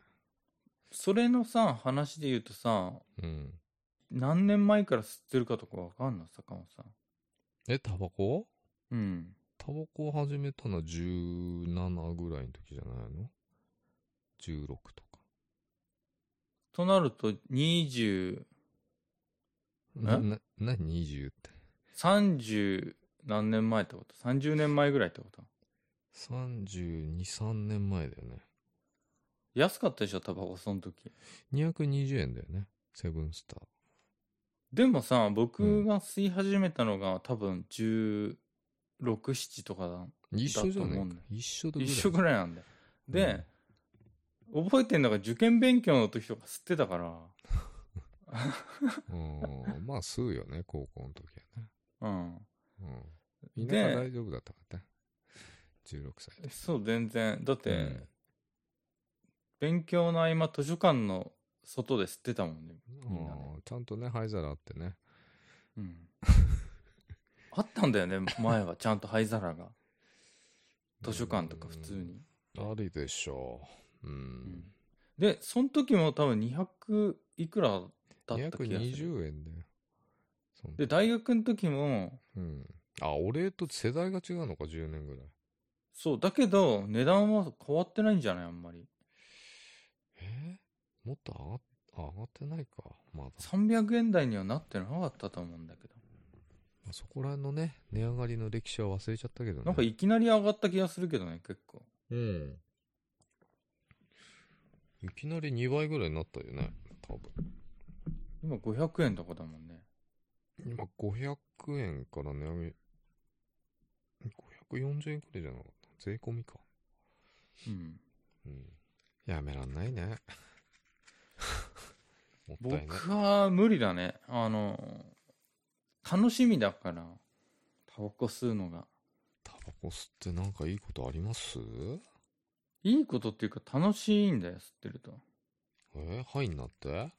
[SPEAKER 1] それのさ、話で言うとさ、
[SPEAKER 2] うん。
[SPEAKER 1] 何年前から吸ってるかとかわかんない、坂本さん。
[SPEAKER 2] え、タバコ
[SPEAKER 1] うん。
[SPEAKER 2] タバコを始めたのは17ぐらいの時じゃないの ?16 とか。
[SPEAKER 1] となると、20、
[SPEAKER 2] な、な、な、20って。
[SPEAKER 1] 30何年前ってこと ?30 年前ぐらいってこと
[SPEAKER 2] 32、3年前だよね。
[SPEAKER 1] 安かったでしょ、タバコ、その時。
[SPEAKER 2] 220円だよね。セブンスター。
[SPEAKER 1] でもさ、
[SPEAKER 2] うん
[SPEAKER 1] 僕が吸い始めたのが、多分16、7とかだ。
[SPEAKER 2] 一緒じゃ
[SPEAKER 1] だと
[SPEAKER 2] な
[SPEAKER 1] 思
[SPEAKER 2] いうか
[SPEAKER 1] んだ。
[SPEAKER 2] 一緒だぐらい。
[SPEAKER 1] 一緒ぐらいなんだよ。で、覚えてんのが受験勉強の時とか吸ってたから、
[SPEAKER 2] うん、うんまあ、吸うよね、高校の時
[SPEAKER 1] う
[SPEAKER 2] は
[SPEAKER 1] ん。
[SPEAKER 2] ね。うん。田舎
[SPEAKER 1] で、
[SPEAKER 2] 大丈夫だったからね。16歳で。
[SPEAKER 1] そう、全然。だって、
[SPEAKER 2] うん
[SPEAKER 1] 勉強の合間、図書館の外で吸ってたもんね。みんなね
[SPEAKER 2] うんちゃんとね、灰皿あってね。
[SPEAKER 1] うん。 あったんだよね、前は。ちゃんと灰皿が。図書館とか普通に。
[SPEAKER 2] うん。ありでしょう。うん。
[SPEAKER 1] で、その時も多分200いくらだった気がする。
[SPEAKER 2] 220円だよ。その時
[SPEAKER 1] で、大学の時も、
[SPEAKER 2] うん。あ、俺と世代が違うのか、10年ぐらい。
[SPEAKER 1] そう、だけど、値段は変わってないんじゃないあんまり。
[SPEAKER 2] えーもっと上がっ上がってないか、まだ。
[SPEAKER 1] 300円台にはなってなかったと思うんだけど。
[SPEAKER 2] まあそこら辺のね、値上がりの歴史は忘れちゃったけどね。
[SPEAKER 1] なんかいきなり上がった気がするけどね、結構。
[SPEAKER 2] うん。いきなり2倍ぐらいになったよね、多分。
[SPEAKER 1] 今500円とかだもんね。
[SPEAKER 2] 今500円から値上げ、540円くらいじゃなかった。税込みか。
[SPEAKER 1] うん。
[SPEAKER 2] うん。やめらんないね。 もったいない。
[SPEAKER 1] 僕は無理だね。あの、楽しみだから、タバコ吸うのが。
[SPEAKER 2] タバコ吸ってなんかいいことあります
[SPEAKER 1] いいことっていうか楽しいんだよ、吸ってると。
[SPEAKER 2] えー、ハイになって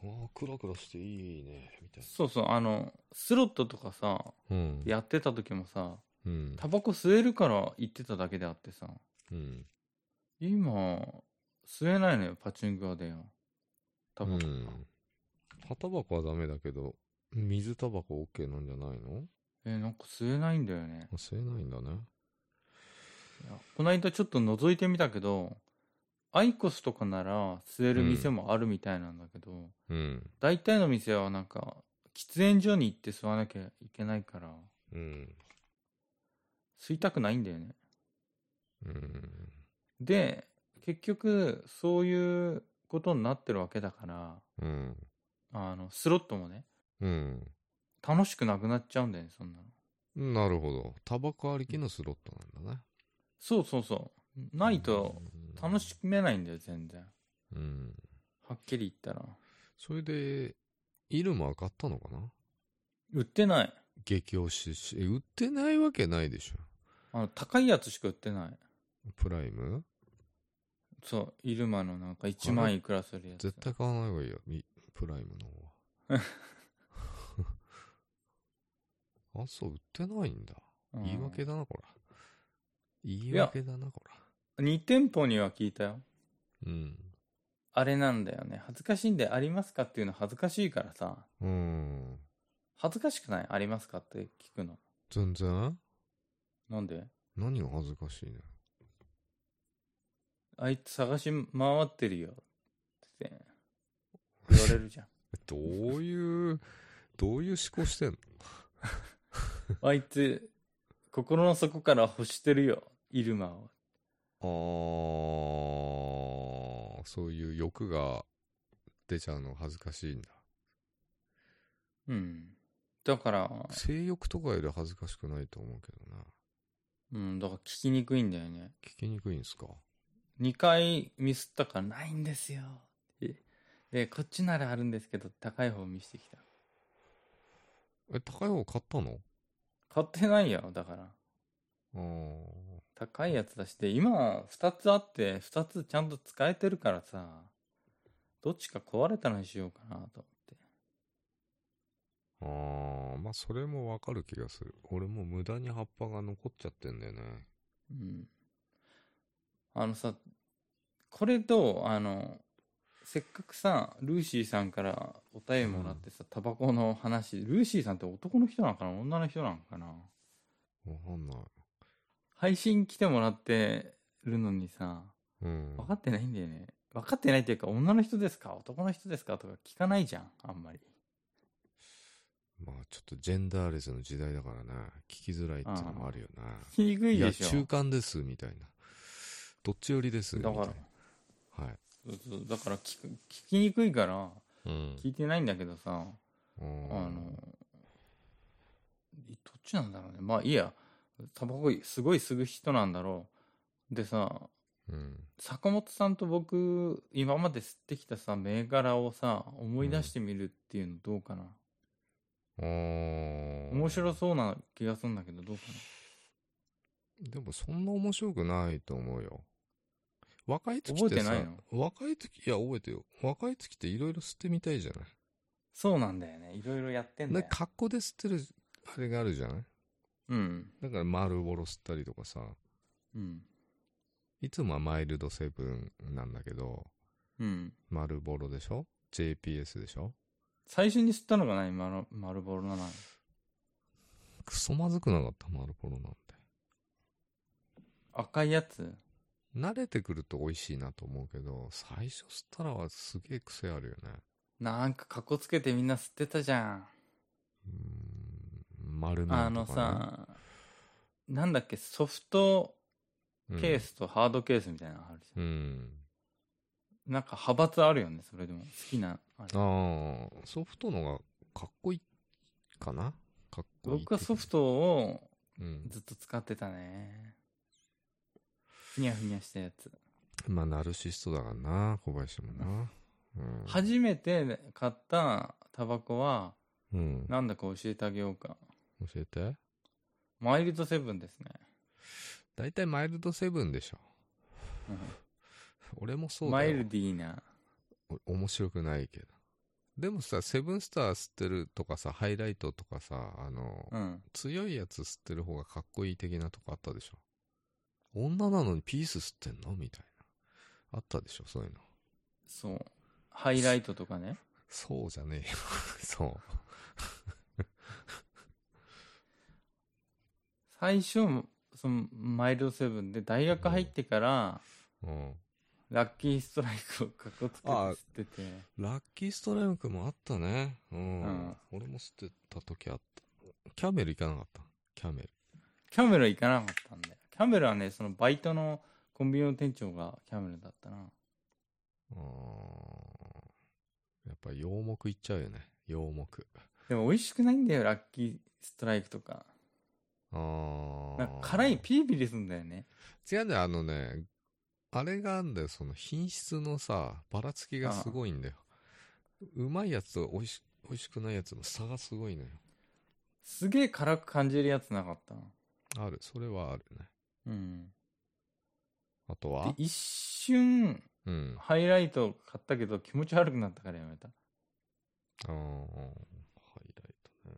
[SPEAKER 2] あクラクラしていいね、みたい
[SPEAKER 1] そうそう、あの、スロットとかさ、
[SPEAKER 2] な。うん。
[SPEAKER 1] やってた時もさ、
[SPEAKER 2] うん。
[SPEAKER 1] タバコ吸えるから行ってただけであってさ、
[SPEAKER 2] うん。
[SPEAKER 1] 今、吸えないのよ、パチンコ屋でよ。タバコとか。
[SPEAKER 2] うん。葉タバコはダメだけど、水タバコ OK なんじゃないの
[SPEAKER 1] えーなんか吸えないんだよね。
[SPEAKER 2] 吸えないんだね。
[SPEAKER 1] いやこの間ちょっと覗いてみたけど、アイコスとかなら吸える店もあるみたいなんだけど、
[SPEAKER 2] うん。
[SPEAKER 1] 大体の店はなんか、喫煙所に行って吸わなきゃいけないから、
[SPEAKER 2] うん。
[SPEAKER 1] 吸いたくないんだよね。
[SPEAKER 2] うん。
[SPEAKER 1] で、結局、そういうことになってるわけだから、
[SPEAKER 2] うん。
[SPEAKER 1] あの、スロットもね、
[SPEAKER 2] うん。
[SPEAKER 1] 楽しくなくなっちゃうんだよね、そんなの。
[SPEAKER 2] なるほど。タバコありきのスロットなんだね。
[SPEAKER 1] そうそうそう。ないと、楽しめないんだよ、全然。
[SPEAKER 2] うん。うん。
[SPEAKER 1] はっきり言ったら。
[SPEAKER 2] それで、イルマ買ったのかな
[SPEAKER 1] 売ってない。
[SPEAKER 2] 激推しし、え売ってないわけないでしょ。
[SPEAKER 1] あの、高いやつしか売ってない。
[SPEAKER 2] プライム
[SPEAKER 1] そう、イルマのなんか1万いくらするやつ。
[SPEAKER 2] 絶対買わない方がいいよ。みプライムの 方は。あ、そう、売ってないんだ。
[SPEAKER 1] うん
[SPEAKER 2] 言い訳だな、こら。言い訳だな、こら。
[SPEAKER 1] 2店舗には聞いたよ。
[SPEAKER 2] うん。
[SPEAKER 1] あれなんだよね。恥ずかしいんでありますかっていうの恥ずかしいからさ。
[SPEAKER 2] うん。
[SPEAKER 1] 恥ずかしくないありますかって聞くの。
[SPEAKER 2] 全然
[SPEAKER 1] なんで
[SPEAKER 2] 何が恥ずかしいね。
[SPEAKER 1] あいつ探し回ってるよ。って言われるじゃん。
[SPEAKER 2] どういう、どういう思考してんの
[SPEAKER 1] あいつ、心の底から欲してるよ。イルマを。
[SPEAKER 2] あー、そういう欲が出ちゃうのが恥ずかしいんだ。
[SPEAKER 1] うん。だから、
[SPEAKER 2] 性欲とかより恥ずかしくないと思うけどな。
[SPEAKER 1] うん、だから聞きにくいんだよね。
[SPEAKER 2] 聞きにくいんすか
[SPEAKER 1] 2回ミスったからないんですよ。ってで、こっちならあるんですけど、高い方見してきた。
[SPEAKER 2] え、高い方買ったの
[SPEAKER 1] 買ってないよ、だから。
[SPEAKER 2] あー
[SPEAKER 1] 高いやつだして、今2つあって、2つちゃんと使えてるからさ、どっちか壊れたのにしようかなと思って。
[SPEAKER 2] あー、まあそれもわかる気がする。俺もう無駄に葉っぱが残っちゃってんだよね。
[SPEAKER 1] うん。あのさ、これと、あの、せっかくさ、ルーシーさんからお便りもらってさ、タバコの話、ルーシーさんって男の人なのかな女の人なのかな
[SPEAKER 2] わかんない。
[SPEAKER 1] 配信来てもらってるのにさ、
[SPEAKER 2] うん。
[SPEAKER 1] 分かってないんだよね。分かってないっていうか、女の人ですか男の人ですかとか聞かないじゃん、あんまり。
[SPEAKER 2] まあちょっとジェンダーレスの時代だからね、聞きづらいっていうのもあるよね。
[SPEAKER 1] 聞きにくい
[SPEAKER 2] いや、
[SPEAKER 1] でしょ。
[SPEAKER 2] 中間です、みたいな。どっち寄りです、みた
[SPEAKER 1] だ
[SPEAKER 2] い
[SPEAKER 1] か
[SPEAKER 2] な。
[SPEAKER 1] ら、
[SPEAKER 2] はい。
[SPEAKER 1] そうそうだから聞く聞きにくいから、
[SPEAKER 2] うん。
[SPEAKER 1] 聞いてないんだけどさ、
[SPEAKER 2] あ
[SPEAKER 1] あの、どっちなんだろうね。まあいいや、タバコすごい吸う人なんだろう。でさ、
[SPEAKER 2] うん。
[SPEAKER 1] 坂本さんと僕、今まで吸ってきたさ、銘柄をさ、思い出してみるっていうのどうかな。
[SPEAKER 2] あー
[SPEAKER 1] 面白そうな気がするんだけど、どうか
[SPEAKER 2] でもそんな面白くないと思うよ。若い時
[SPEAKER 1] 覚
[SPEAKER 2] っ
[SPEAKER 1] え
[SPEAKER 2] て
[SPEAKER 1] て
[SPEAKER 2] さ、
[SPEAKER 1] ないの
[SPEAKER 2] 若い時、いや、覚えてよ。若い時っていろいろ吸ってみたいじゃない。
[SPEAKER 1] な。そうなんだよね。いろいろやってんだ
[SPEAKER 2] な
[SPEAKER 1] よ
[SPEAKER 2] ん。か、格好で吸ってる、あれがあるじゃない
[SPEAKER 1] うん。
[SPEAKER 2] だから、丸ボロ吸ったりとかさ、
[SPEAKER 1] うん。
[SPEAKER 2] いつもはマイルドセブンなんだけど、
[SPEAKER 1] うん。
[SPEAKER 2] 丸ボロでしょ ?JPS でしょ
[SPEAKER 1] 最初に吸ったのが何マルマルボロなの。
[SPEAKER 2] クソまずくなかった、丸ボロなんて。
[SPEAKER 1] 赤いやつ
[SPEAKER 2] 慣れてくると美味しいなと思うけど、最初吸ったらはすげえ癖あるよね。
[SPEAKER 1] なんかかっこつけてみんな吸ってたじゃん。
[SPEAKER 2] うーん、丸めとか、ね、
[SPEAKER 1] あのさ、なんだっけ、ソフト
[SPEAKER 2] うん、
[SPEAKER 1] ケースとハードケースみたいなのあるじゃん。
[SPEAKER 2] うん。
[SPEAKER 1] なんか派閥あるよね、それでも。好きな。あれ
[SPEAKER 2] ああ、ソフトのがかっこいいかなかっこいいって。
[SPEAKER 1] 僕はソフトを
[SPEAKER 2] うん。
[SPEAKER 1] ずっと使ってたね。ふにゃふにゃしたやつ。
[SPEAKER 2] まあ、ナルシストだからな、小林もな。うん。
[SPEAKER 1] 初めて買ったタバコは、
[SPEAKER 2] うん。
[SPEAKER 1] なんだか教えてあげようか。
[SPEAKER 2] 教えて。
[SPEAKER 1] マイルドセブンですね。
[SPEAKER 2] 大体マイルドセブンでしょ。
[SPEAKER 1] うん
[SPEAKER 2] 俺もそう
[SPEAKER 1] マ
[SPEAKER 2] だ
[SPEAKER 1] イ
[SPEAKER 2] よ
[SPEAKER 1] ル。ディーな。
[SPEAKER 2] 俺面白くないけど。でもさ、セブンスター吸ってるとかさ、ハイライトとかさ、あの、
[SPEAKER 1] うん。
[SPEAKER 2] 強いやつ吸ってる方がかっこいい的なとこあったでしょ。女なのにピース吸ってんのみたいな。あったでしょ、そういうの。
[SPEAKER 1] そう。ハイライトとかね。
[SPEAKER 2] そうじゃねえよ。 そう。
[SPEAKER 1] 最初、その、マイルドセブンで、大学入ってから、
[SPEAKER 2] うん、
[SPEAKER 1] ラッキーストライクをかっこつけて
[SPEAKER 2] あ
[SPEAKER 1] 吸ってて、
[SPEAKER 2] ラッキーストライクもあったね。うん。
[SPEAKER 1] うん
[SPEAKER 2] 俺も吸ってた時あった。キャメル行かなかった。キャメル。
[SPEAKER 1] キャメルは行かなかったんだよ。キャメルはね、そのバイトのコンビニの店長がキャメルだったな。
[SPEAKER 2] うん。やっぱ洋木行っちゃうよね。洋木。
[SPEAKER 1] でも美味しくないんだよ、ラッキーストライクとか。
[SPEAKER 2] ああ。
[SPEAKER 1] なんか辛いピリピリすんだよね。
[SPEAKER 2] 違うんだよ、あのね、あれがあんだよ、その品質のさ、ばらつきがすごいんだよ。うまいやつと美味し、美味しくないやつの差がすごいのよ。
[SPEAKER 1] すげえ辛く感じるやつなかったな。
[SPEAKER 2] ある、それはあるね。
[SPEAKER 1] うん。
[SPEAKER 2] あと
[SPEAKER 1] で
[SPEAKER 2] は、
[SPEAKER 1] 一瞬、
[SPEAKER 2] うん。
[SPEAKER 1] ハイライト買ったけど気持ち悪くなったからやめた。
[SPEAKER 2] あーハイライトね。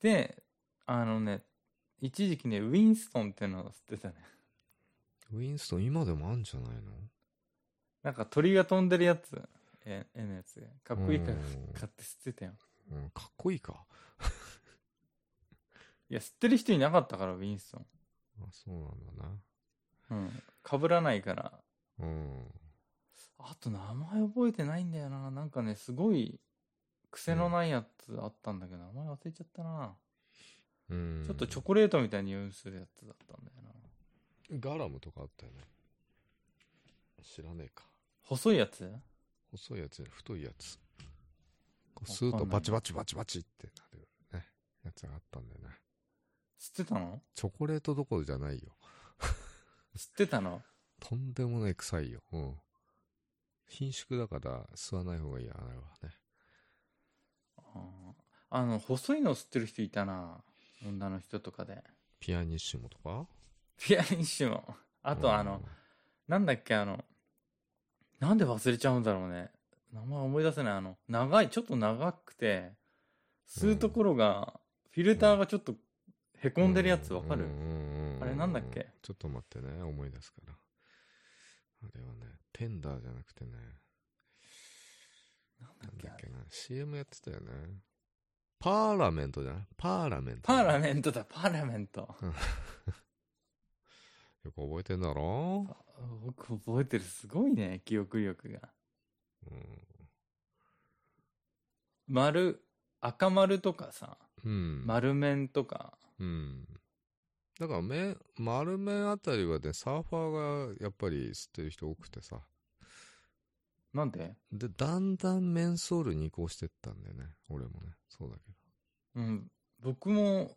[SPEAKER 1] で、あのね、一時期ね、ウィンストンってのを吸ってたね。
[SPEAKER 2] ウィンストン今でもあんじゃないの
[SPEAKER 1] なんか鳥が飛んでるやつ、え、えのやつ。かっこいいから
[SPEAKER 2] うん
[SPEAKER 1] 買って吸ってたよ。
[SPEAKER 2] うん、かっこいいか。
[SPEAKER 1] いや、吸ってる人いなかったから、ウィンストン。
[SPEAKER 2] あ、そうなんだな。
[SPEAKER 1] うん。被らないから。
[SPEAKER 2] うん。
[SPEAKER 1] あと名前覚えてないんだよな。なんかね、すごい癖のないやつあったんだけど、名前忘れちゃったな。
[SPEAKER 2] うん。
[SPEAKER 1] ちょっとチョコレートみたいに匂いするやつだったんだよな。
[SPEAKER 2] ガラムとかあったよね。知らねえか。
[SPEAKER 1] 細いやつ
[SPEAKER 2] 細いやつじゃない太いやつこう吸うとバチバチバチバチってなるよねやつがあったんだよね
[SPEAKER 1] 吸ってたの
[SPEAKER 2] チョコレートどころじゃないよ
[SPEAKER 1] 吸ってたの
[SPEAKER 2] とんでもない臭いようん品種だから吸わない方がいいあれはね
[SPEAKER 1] あーあの、細いの吸ってる人いたな。女の人とかで。
[SPEAKER 2] ピアニッシモとか
[SPEAKER 1] ピアニッシモ。あ
[SPEAKER 2] う
[SPEAKER 1] と
[SPEAKER 2] ん
[SPEAKER 1] あの、なんだっけ、あの、なんで忘れちゃうんだろうね。名前思い出せない。あの、長い、ちょっと長くて、吸うところが、フィルターがちょっとへこんでるやつわかる、
[SPEAKER 2] うんうんう
[SPEAKER 1] あれなんだっけ
[SPEAKER 2] ちょっと待ってね思い出すからあれはねテンダーじゃなくてね
[SPEAKER 1] な
[SPEAKER 2] なんん
[SPEAKER 1] だ
[SPEAKER 2] だ
[SPEAKER 1] っ
[SPEAKER 2] っ
[SPEAKER 1] け
[SPEAKER 2] けな CM やってたよねパーラメントじゃないパーラメント
[SPEAKER 1] パーラメントだ、パーラメント。
[SPEAKER 2] よく覚えてんだろ
[SPEAKER 1] 僕覚えてる。すごいね、記憶力が。
[SPEAKER 2] うん。
[SPEAKER 1] 丸、赤丸とかさ、
[SPEAKER 2] うん。
[SPEAKER 1] 丸面とか、
[SPEAKER 2] うん。だから、面、丸面あたりはね、サーファーがやっぱり吸ってる人多くてさ。
[SPEAKER 1] なんで
[SPEAKER 2] で、だんだんメンソールに移行してったんだよね。俺もね。そうだけ
[SPEAKER 1] うん、僕も、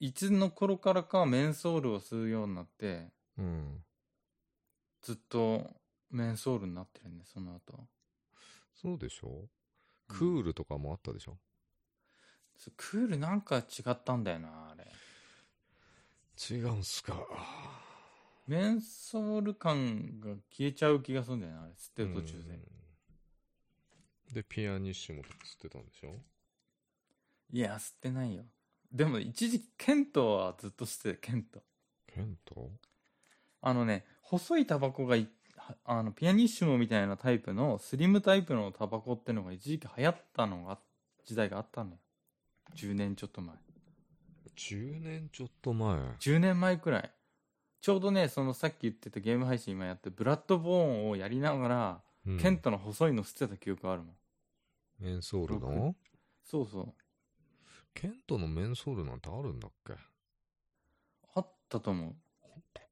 [SPEAKER 1] いつの頃からかメンソールを吸うようになって、
[SPEAKER 2] ど。うん。
[SPEAKER 1] ずっとメンソールになってるねその後
[SPEAKER 2] そうでしょクールとかもあったでしょ、
[SPEAKER 1] そうクールなんか違ったんだよなあれ
[SPEAKER 2] 違うんすか。
[SPEAKER 1] メンソール感が消えちゃう気がするんだよなあれ吸ってる途中で、
[SPEAKER 2] うんで、ピアニッシモとか吸ってたんでしょ
[SPEAKER 1] いや吸ってないよでも一時期ケントはずっと吸ってたケント
[SPEAKER 2] ケント
[SPEAKER 1] あのね細いタバコがいはあのピアニッシモみたいなタイプのスリムタイプのタバコってのが一時期流行ったのが時代があったのよ10年ちょっと前
[SPEAKER 2] ?10 年ちょっと前。
[SPEAKER 1] 10年前くらいちょうどねそのさっき言ってたゲーム配信今やってブラッドボーンをやりながら、
[SPEAKER 2] うん
[SPEAKER 1] ケントの細いの吸ってた記憶あるもん
[SPEAKER 2] メンソールの
[SPEAKER 1] そうそう
[SPEAKER 2] ケントのメンソールなんてあるんだっけ
[SPEAKER 1] あったと思う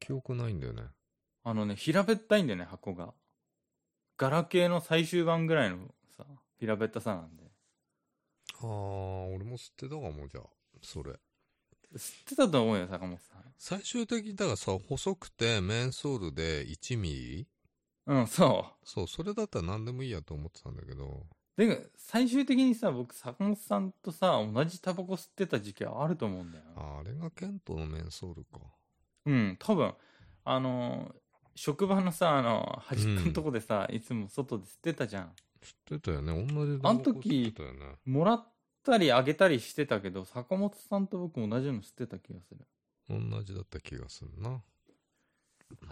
[SPEAKER 2] 記憶ないんだよね。
[SPEAKER 1] あのね平べったいんだよね箱がガラケーの最終版ぐらいのさ平べったさなんで
[SPEAKER 2] あー、俺も吸ってたかも、じゃあ。それ。
[SPEAKER 1] 吸ってたと思うよ坂本さ
[SPEAKER 2] 最終的に、だからさ、細くてメンソールで1ミリ
[SPEAKER 1] んうんそ
[SPEAKER 2] そう、それだったら何でもいいやと思ってたんだけど、
[SPEAKER 1] うで最終的にさ僕坂本さんとさ同じタバコ吸ってた時期はあると思うんだよな
[SPEAKER 2] あーあれがケントのメンソールか。
[SPEAKER 1] うん多分あのー職場のさあの端っこのとこでさ、いつも外で吸ってたじゃん
[SPEAKER 2] 言ってたよね。同じ
[SPEAKER 1] あん時
[SPEAKER 2] 言ってたよね。
[SPEAKER 1] もらったりあげたりしてたけど、坂本さんと僕も同じの吸ってた気がする。
[SPEAKER 2] 同じだった気がするな。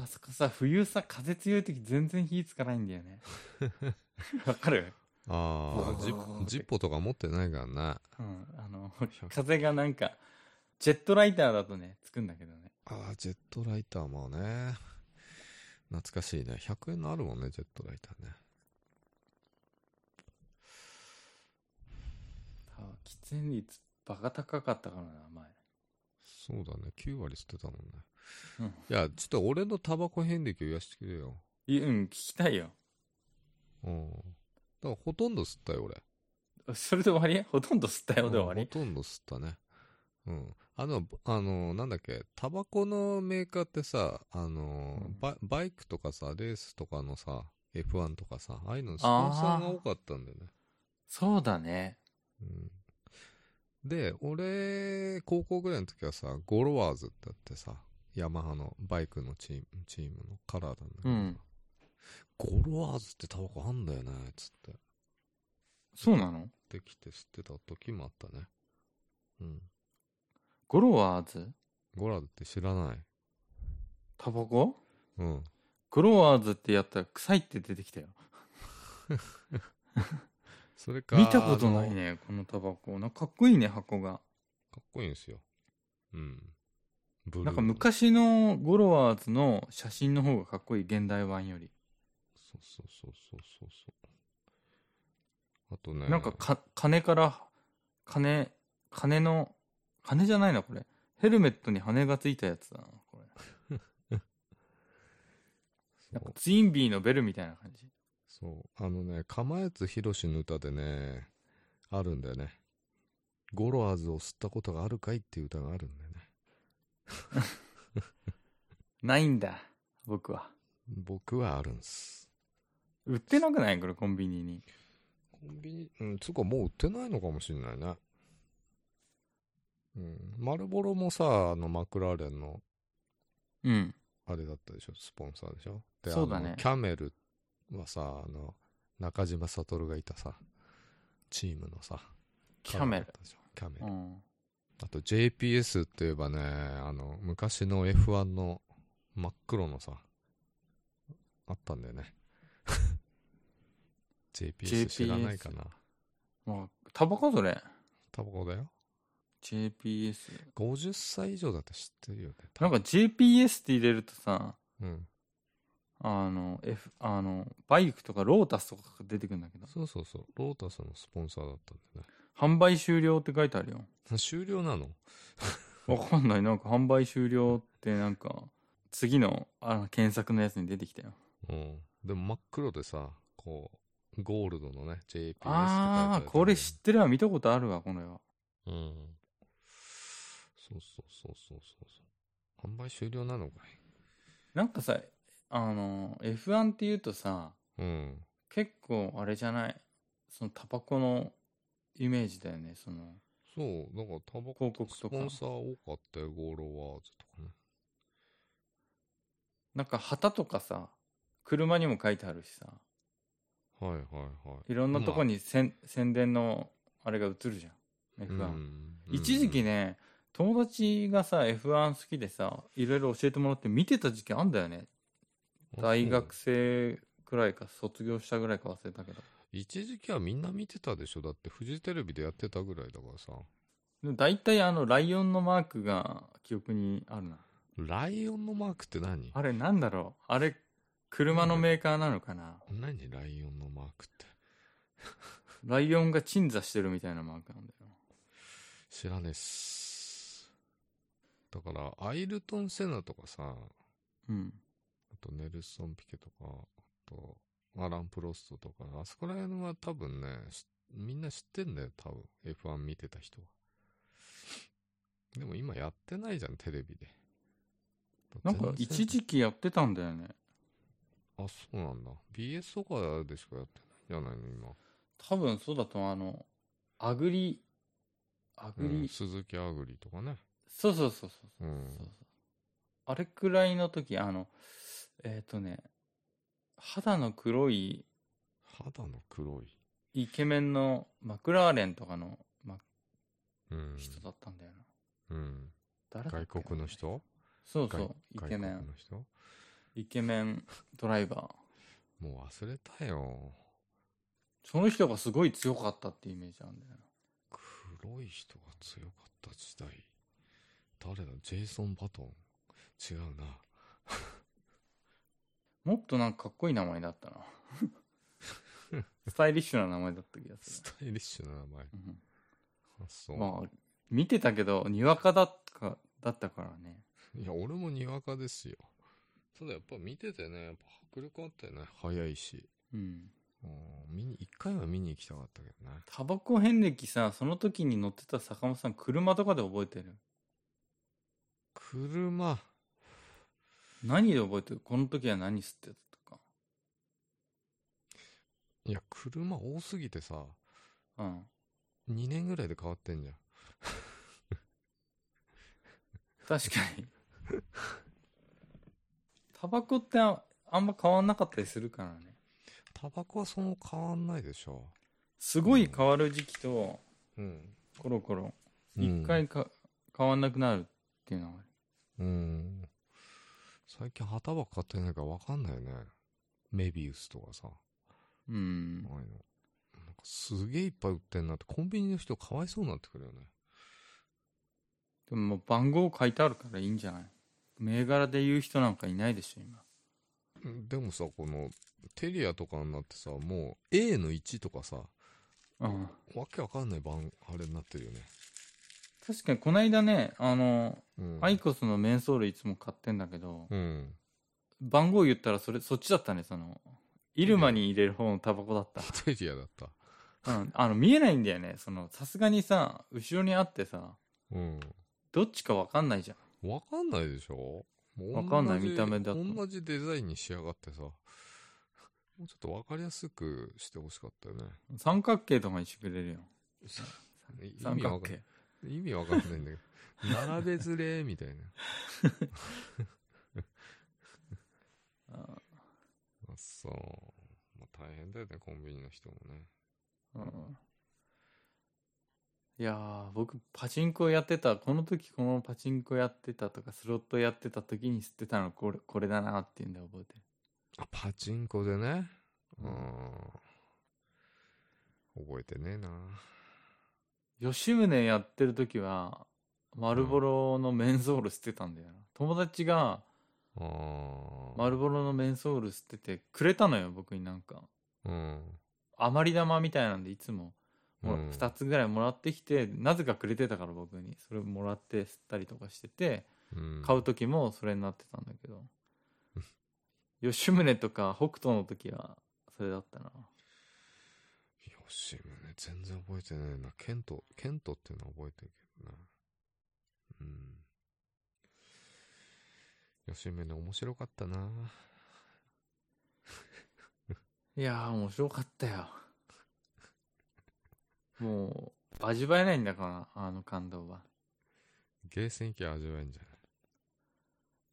[SPEAKER 1] あそこさ、冬さ、風強い時全然火つかないんだよ ね。わかる
[SPEAKER 2] ああ、ジ
[SPEAKER 1] うん
[SPEAKER 2] ジッポとか持ってないからな。
[SPEAKER 1] うん。あの、風がなんか、ジェットライターだとね、つくんだけどね。
[SPEAKER 2] ああ、ジェットライターもね。懐かしいね。100円のあるもんね、ジェットライターね。
[SPEAKER 1] 多分喫煙率バカ高かったからな、前。
[SPEAKER 2] そうだね。9割捨てたもんね。
[SPEAKER 1] うん
[SPEAKER 2] いや、ちょっと俺のタバコ遍歴を言わしてくれよ。
[SPEAKER 1] いうん、聞きたいよ。
[SPEAKER 2] うん。だからほとんど吸ったよ、俺。
[SPEAKER 1] それで終わりほとんど吸ったよで終わ
[SPEAKER 2] うん
[SPEAKER 1] り
[SPEAKER 2] ほとんど吸ったね。うん。あの、あの、なんだっけ、タバコのメーカーってさ、あの、
[SPEAKER 1] うん
[SPEAKER 2] ババイクとかさ、レースとかのさ、F1 とかさ、ああいうのスポンサーが多かったんだよね。
[SPEAKER 1] そうだね。
[SPEAKER 2] うん。で、俺、高校ぐらいの時はさ、ゴロワーズってあってさ、ヤマハのバイクのチーム、チームのカラーなんだけどさ、
[SPEAKER 1] うん
[SPEAKER 2] ゴロワーズってタバコあんだよね、つって。
[SPEAKER 1] そうなの
[SPEAKER 2] できて吸ってた時もあったね。うん。
[SPEAKER 1] ゴロワーズ
[SPEAKER 2] ゴロワーズって知らない。
[SPEAKER 1] タバコ
[SPEAKER 2] うん。
[SPEAKER 1] ゴロワーズってやったら臭いって出てきたよ。
[SPEAKER 2] それか、
[SPEAKER 1] 見たことない
[SPEAKER 2] あの
[SPEAKER 1] ね、このタバコ。なんかかっこいいね、箱が。
[SPEAKER 2] かっこいいんですよ。うん。ブルー
[SPEAKER 1] なんか昔のゴロワーズの写真の方がかっこいい、現代版より。
[SPEAKER 2] そうそうそうそうそうそう。あとね。
[SPEAKER 1] なんかか、金から、金、金の、金じゃないな、これ。ヘルメットに羽がついたやつだな、これ。なんかツインビーのベルみたいな感じ。
[SPEAKER 2] そう。あのね、かまえつひろしの歌でね、あるんだよね。ゴロアーズを吸ったことがあるかいっていう歌があるんだよね。
[SPEAKER 1] ないんだ、僕は。
[SPEAKER 2] 僕はあるんです。
[SPEAKER 1] 売ってなくないこれ、コンビニに。
[SPEAKER 2] コンビニ、うん、つうかもう売ってないのかもしんないね。うん。マルボロもさ、あの、マクラーレンの、
[SPEAKER 1] うん。
[SPEAKER 2] あれだったでしょ、スポンサーでしょ。で、
[SPEAKER 1] そうだね
[SPEAKER 2] あのキャメルはさ、あの、中島悟がいたさ、チームのさ、
[SPEAKER 1] キャメル
[SPEAKER 2] カラーだ。ったでしょキャメル
[SPEAKER 1] う。ん。
[SPEAKER 2] あと JPS って言えばね、あの、昔の F1 の真っ黒のさ、あったんだよね。JPS 知らないかな。
[SPEAKER 1] まあ、タバコそれ。
[SPEAKER 2] タバコだよ。
[SPEAKER 1] JPS。
[SPEAKER 2] 50歳以上だって知ってるよね。
[SPEAKER 1] なんか JPS って入れるとさ、
[SPEAKER 2] うん。
[SPEAKER 1] あの、F、あの、バイクとかロータスとかが出てくるんだけど、
[SPEAKER 2] そうそうそう。ロータスのスポンサーだったんだよ
[SPEAKER 1] 販売終了って書いてあるよ。
[SPEAKER 2] ね。終了なの
[SPEAKER 1] わかんない。なんか販売終了ってなんか、次のあの検索のやつに出てきたよ。
[SPEAKER 2] うん。でも真っ黒でさ、こう、ゴールドのね、JPS って書いてあ
[SPEAKER 1] あ
[SPEAKER 2] る
[SPEAKER 1] あ、これ知ってるわ。見たことあるわ、この絵は。
[SPEAKER 2] うん。そうそうそうそうそうそう。販売終了なのか
[SPEAKER 1] なんかさ、あの、F1 って言うとさ、
[SPEAKER 2] いうん。
[SPEAKER 1] 結構あれじゃない、そのタバコのイメージだよね、その、
[SPEAKER 2] そう、だからタバコ
[SPEAKER 1] 広告
[SPEAKER 2] ス
[SPEAKER 1] とか
[SPEAKER 2] ポ。ンサー多かったよ、ゴールワーズとかね。
[SPEAKER 1] なんか旗とかさ、車にも書いてあるしさ、
[SPEAKER 2] はいはいはい。
[SPEAKER 1] いろんなとこにせん宣伝のあれが映るじゃん、F1。
[SPEAKER 2] うん
[SPEAKER 1] 一時期ね、友達がさ、F1 好きでさ、いろいろ教えてもらって見てた時期あんだよね。
[SPEAKER 2] うん
[SPEAKER 1] 大学
[SPEAKER 2] そう
[SPEAKER 1] 生くらいか、卒業したぐらいか忘れたけど。
[SPEAKER 2] 一時期はみんな見てたでしょ。だってフジテレビでやってたぐらいだからさ。
[SPEAKER 1] でも大体あの、ライオンのマークが記憶にあるな。
[SPEAKER 2] ライオンのマークって何
[SPEAKER 1] あれなんだろうあれ、車のメーカーなのかな、
[SPEAKER 2] 何ライオンのマークって。
[SPEAKER 1] ライオンが鎮座してるみたいなマークなんだよ。
[SPEAKER 2] 知らねえっす。だから、アイルトン・セナとかさ、
[SPEAKER 1] うん。
[SPEAKER 2] あとネルソン・ピケとか、あとアラン・プロストとか、あそこら辺は多分ね、しみんな知ってんだよ、多分。F1 見てた人は。でも今やってないじゃん、テレビで。
[SPEAKER 1] なんか
[SPEAKER 2] 全然
[SPEAKER 1] 一時期やってたんだよね。
[SPEAKER 2] あ、そうなんだ。BS とかでしかやってないんじゃないの、今。
[SPEAKER 1] 多分そうだと思うあの、アグリ、アグリ、
[SPEAKER 2] うん、鈴木アグリとかね。
[SPEAKER 1] そうそうそうそうそうう、
[SPEAKER 2] ん
[SPEAKER 1] そうそうあれくらいの時、あの、えっ、とね、肌の黒い
[SPEAKER 2] 肌の黒い。
[SPEAKER 1] イケメンのマクラーレンとかの、ま、
[SPEAKER 2] うん。
[SPEAKER 1] 人だったんだよな。
[SPEAKER 2] うん。
[SPEAKER 1] 誰だっけ
[SPEAKER 2] 外国の人
[SPEAKER 1] そうそ
[SPEAKER 2] 外
[SPEAKER 1] う、イケメ
[SPEAKER 2] 外国
[SPEAKER 1] ン。
[SPEAKER 2] の人
[SPEAKER 1] イケメンドライバー。
[SPEAKER 2] もう忘れたよ。
[SPEAKER 1] その人がすごい強かったってイメージあるんだよな。
[SPEAKER 2] 黒い人が強かった時代。誰だジェイソン・バトン。違うな。
[SPEAKER 1] もっとなんかかっこいい名前だったな。 スタイリッシュな名前だった気が
[SPEAKER 2] ス
[SPEAKER 1] す
[SPEAKER 2] タイリッシュな名前。
[SPEAKER 1] る。うん
[SPEAKER 2] あそう。
[SPEAKER 1] まあ、見てたけど、にわかだったかだったからね。
[SPEAKER 2] いや、俺もにわかですよ。ただやっぱ見ててね、やっぱ迫力あったよね。早いし。
[SPEAKER 1] うん。
[SPEAKER 2] うん見に、一回は見に行きたかったけどね。
[SPEAKER 1] タバコ遍歴さ、その時に乗ってた坂本さん、車とかで覚えてる
[SPEAKER 2] 車。
[SPEAKER 1] 何で覚えてるこの時は何吸ってたとか。
[SPEAKER 2] いや、車多すぎてさ、
[SPEAKER 1] うん。
[SPEAKER 2] 2年ぐらいで変わってんじゃん。
[SPEAKER 1] 確か に。タバコってああんま変わんなかったりするからね。
[SPEAKER 2] タバコはその変わんないでしょ。
[SPEAKER 1] すごい変わる時期と、
[SPEAKER 2] うん。
[SPEAKER 1] コロコロ、
[SPEAKER 2] うん
[SPEAKER 1] 一回か、変わんなくなるっていうのはある。
[SPEAKER 2] うん。最近旗ばっか買ってないからわかんないよね。メビウスとかさ。
[SPEAKER 1] うん
[SPEAKER 2] あ。あいうのなんかすげえいっぱい売ってんなって、コンビニの人かわいそうになってくるよね。
[SPEAKER 1] でももう番号書いてあるからいいんじゃない銘柄で言う人なんかいないでしょ、今。
[SPEAKER 2] でもさ、この、テリアとかになってさ、もう A の1とかさ、
[SPEAKER 1] うん。
[SPEAKER 2] わけわかんない番、あれになってるよね。
[SPEAKER 1] 確かに、こないだね、あの、
[SPEAKER 2] うん。
[SPEAKER 1] アイコスのメンソールいつも買ってんだけど、
[SPEAKER 2] うん。
[SPEAKER 1] 番号言ったらそれ、そっちだったね、その、イルマに入れる方のタバコだっ
[SPEAKER 2] テリアだった。
[SPEAKER 1] た。うん。あの、見えないんだよね。その、さすがにさ、後ろにあってさ、
[SPEAKER 2] うん。
[SPEAKER 1] どっちかわかんないじゃん。
[SPEAKER 2] わかんないでしょもう
[SPEAKER 1] わかんない
[SPEAKER 2] 同じ
[SPEAKER 1] 見た目だと
[SPEAKER 2] 同じデザインに仕上がってさ、もうちょっとわかりやすくしてほしかったよね。
[SPEAKER 1] 三角形とかにしてくれるよ。三角
[SPEAKER 2] わかん
[SPEAKER 1] 形。
[SPEAKER 2] 意味わかんないんだけど。並べずれみたいな。
[SPEAKER 1] うん
[SPEAKER 2] あそう。まあ、大変だよね、コンビニの人もね。
[SPEAKER 1] うんいやー僕パチンコやってたこの時このパチンコやってたとかスロットやってた時に吸ってたのこれこれだなっていうんで覚えてる
[SPEAKER 2] あ、パチンコでね。う
[SPEAKER 1] うん
[SPEAKER 2] ん。覚えてねえな。
[SPEAKER 1] 吉宗やってる時は丸ボロのメンソール吸ってたんだよな、友達が
[SPEAKER 2] あー
[SPEAKER 1] 丸ボロのメンソール吸っててくれたのよ僕になんか
[SPEAKER 2] うん。
[SPEAKER 1] 余り玉みたいなんでいつもも
[SPEAKER 2] うん
[SPEAKER 1] 2つぐらいもらってきて、なぜかくれてたから僕にそれもらって吸ったりとかしてて、
[SPEAKER 2] うん。
[SPEAKER 1] 買う時もそれになってたんだけど、吉宗とか北斗の時はそれだったな
[SPEAKER 2] 吉宗全然覚えてないな。ケント、ケントっていうのは覚えてるけどな。うん。吉宗面白かったな。
[SPEAKER 1] いやー面白かった よもう味わえないんだからあの感動は
[SPEAKER 2] ゲーセン行きゃ味わえんじゃない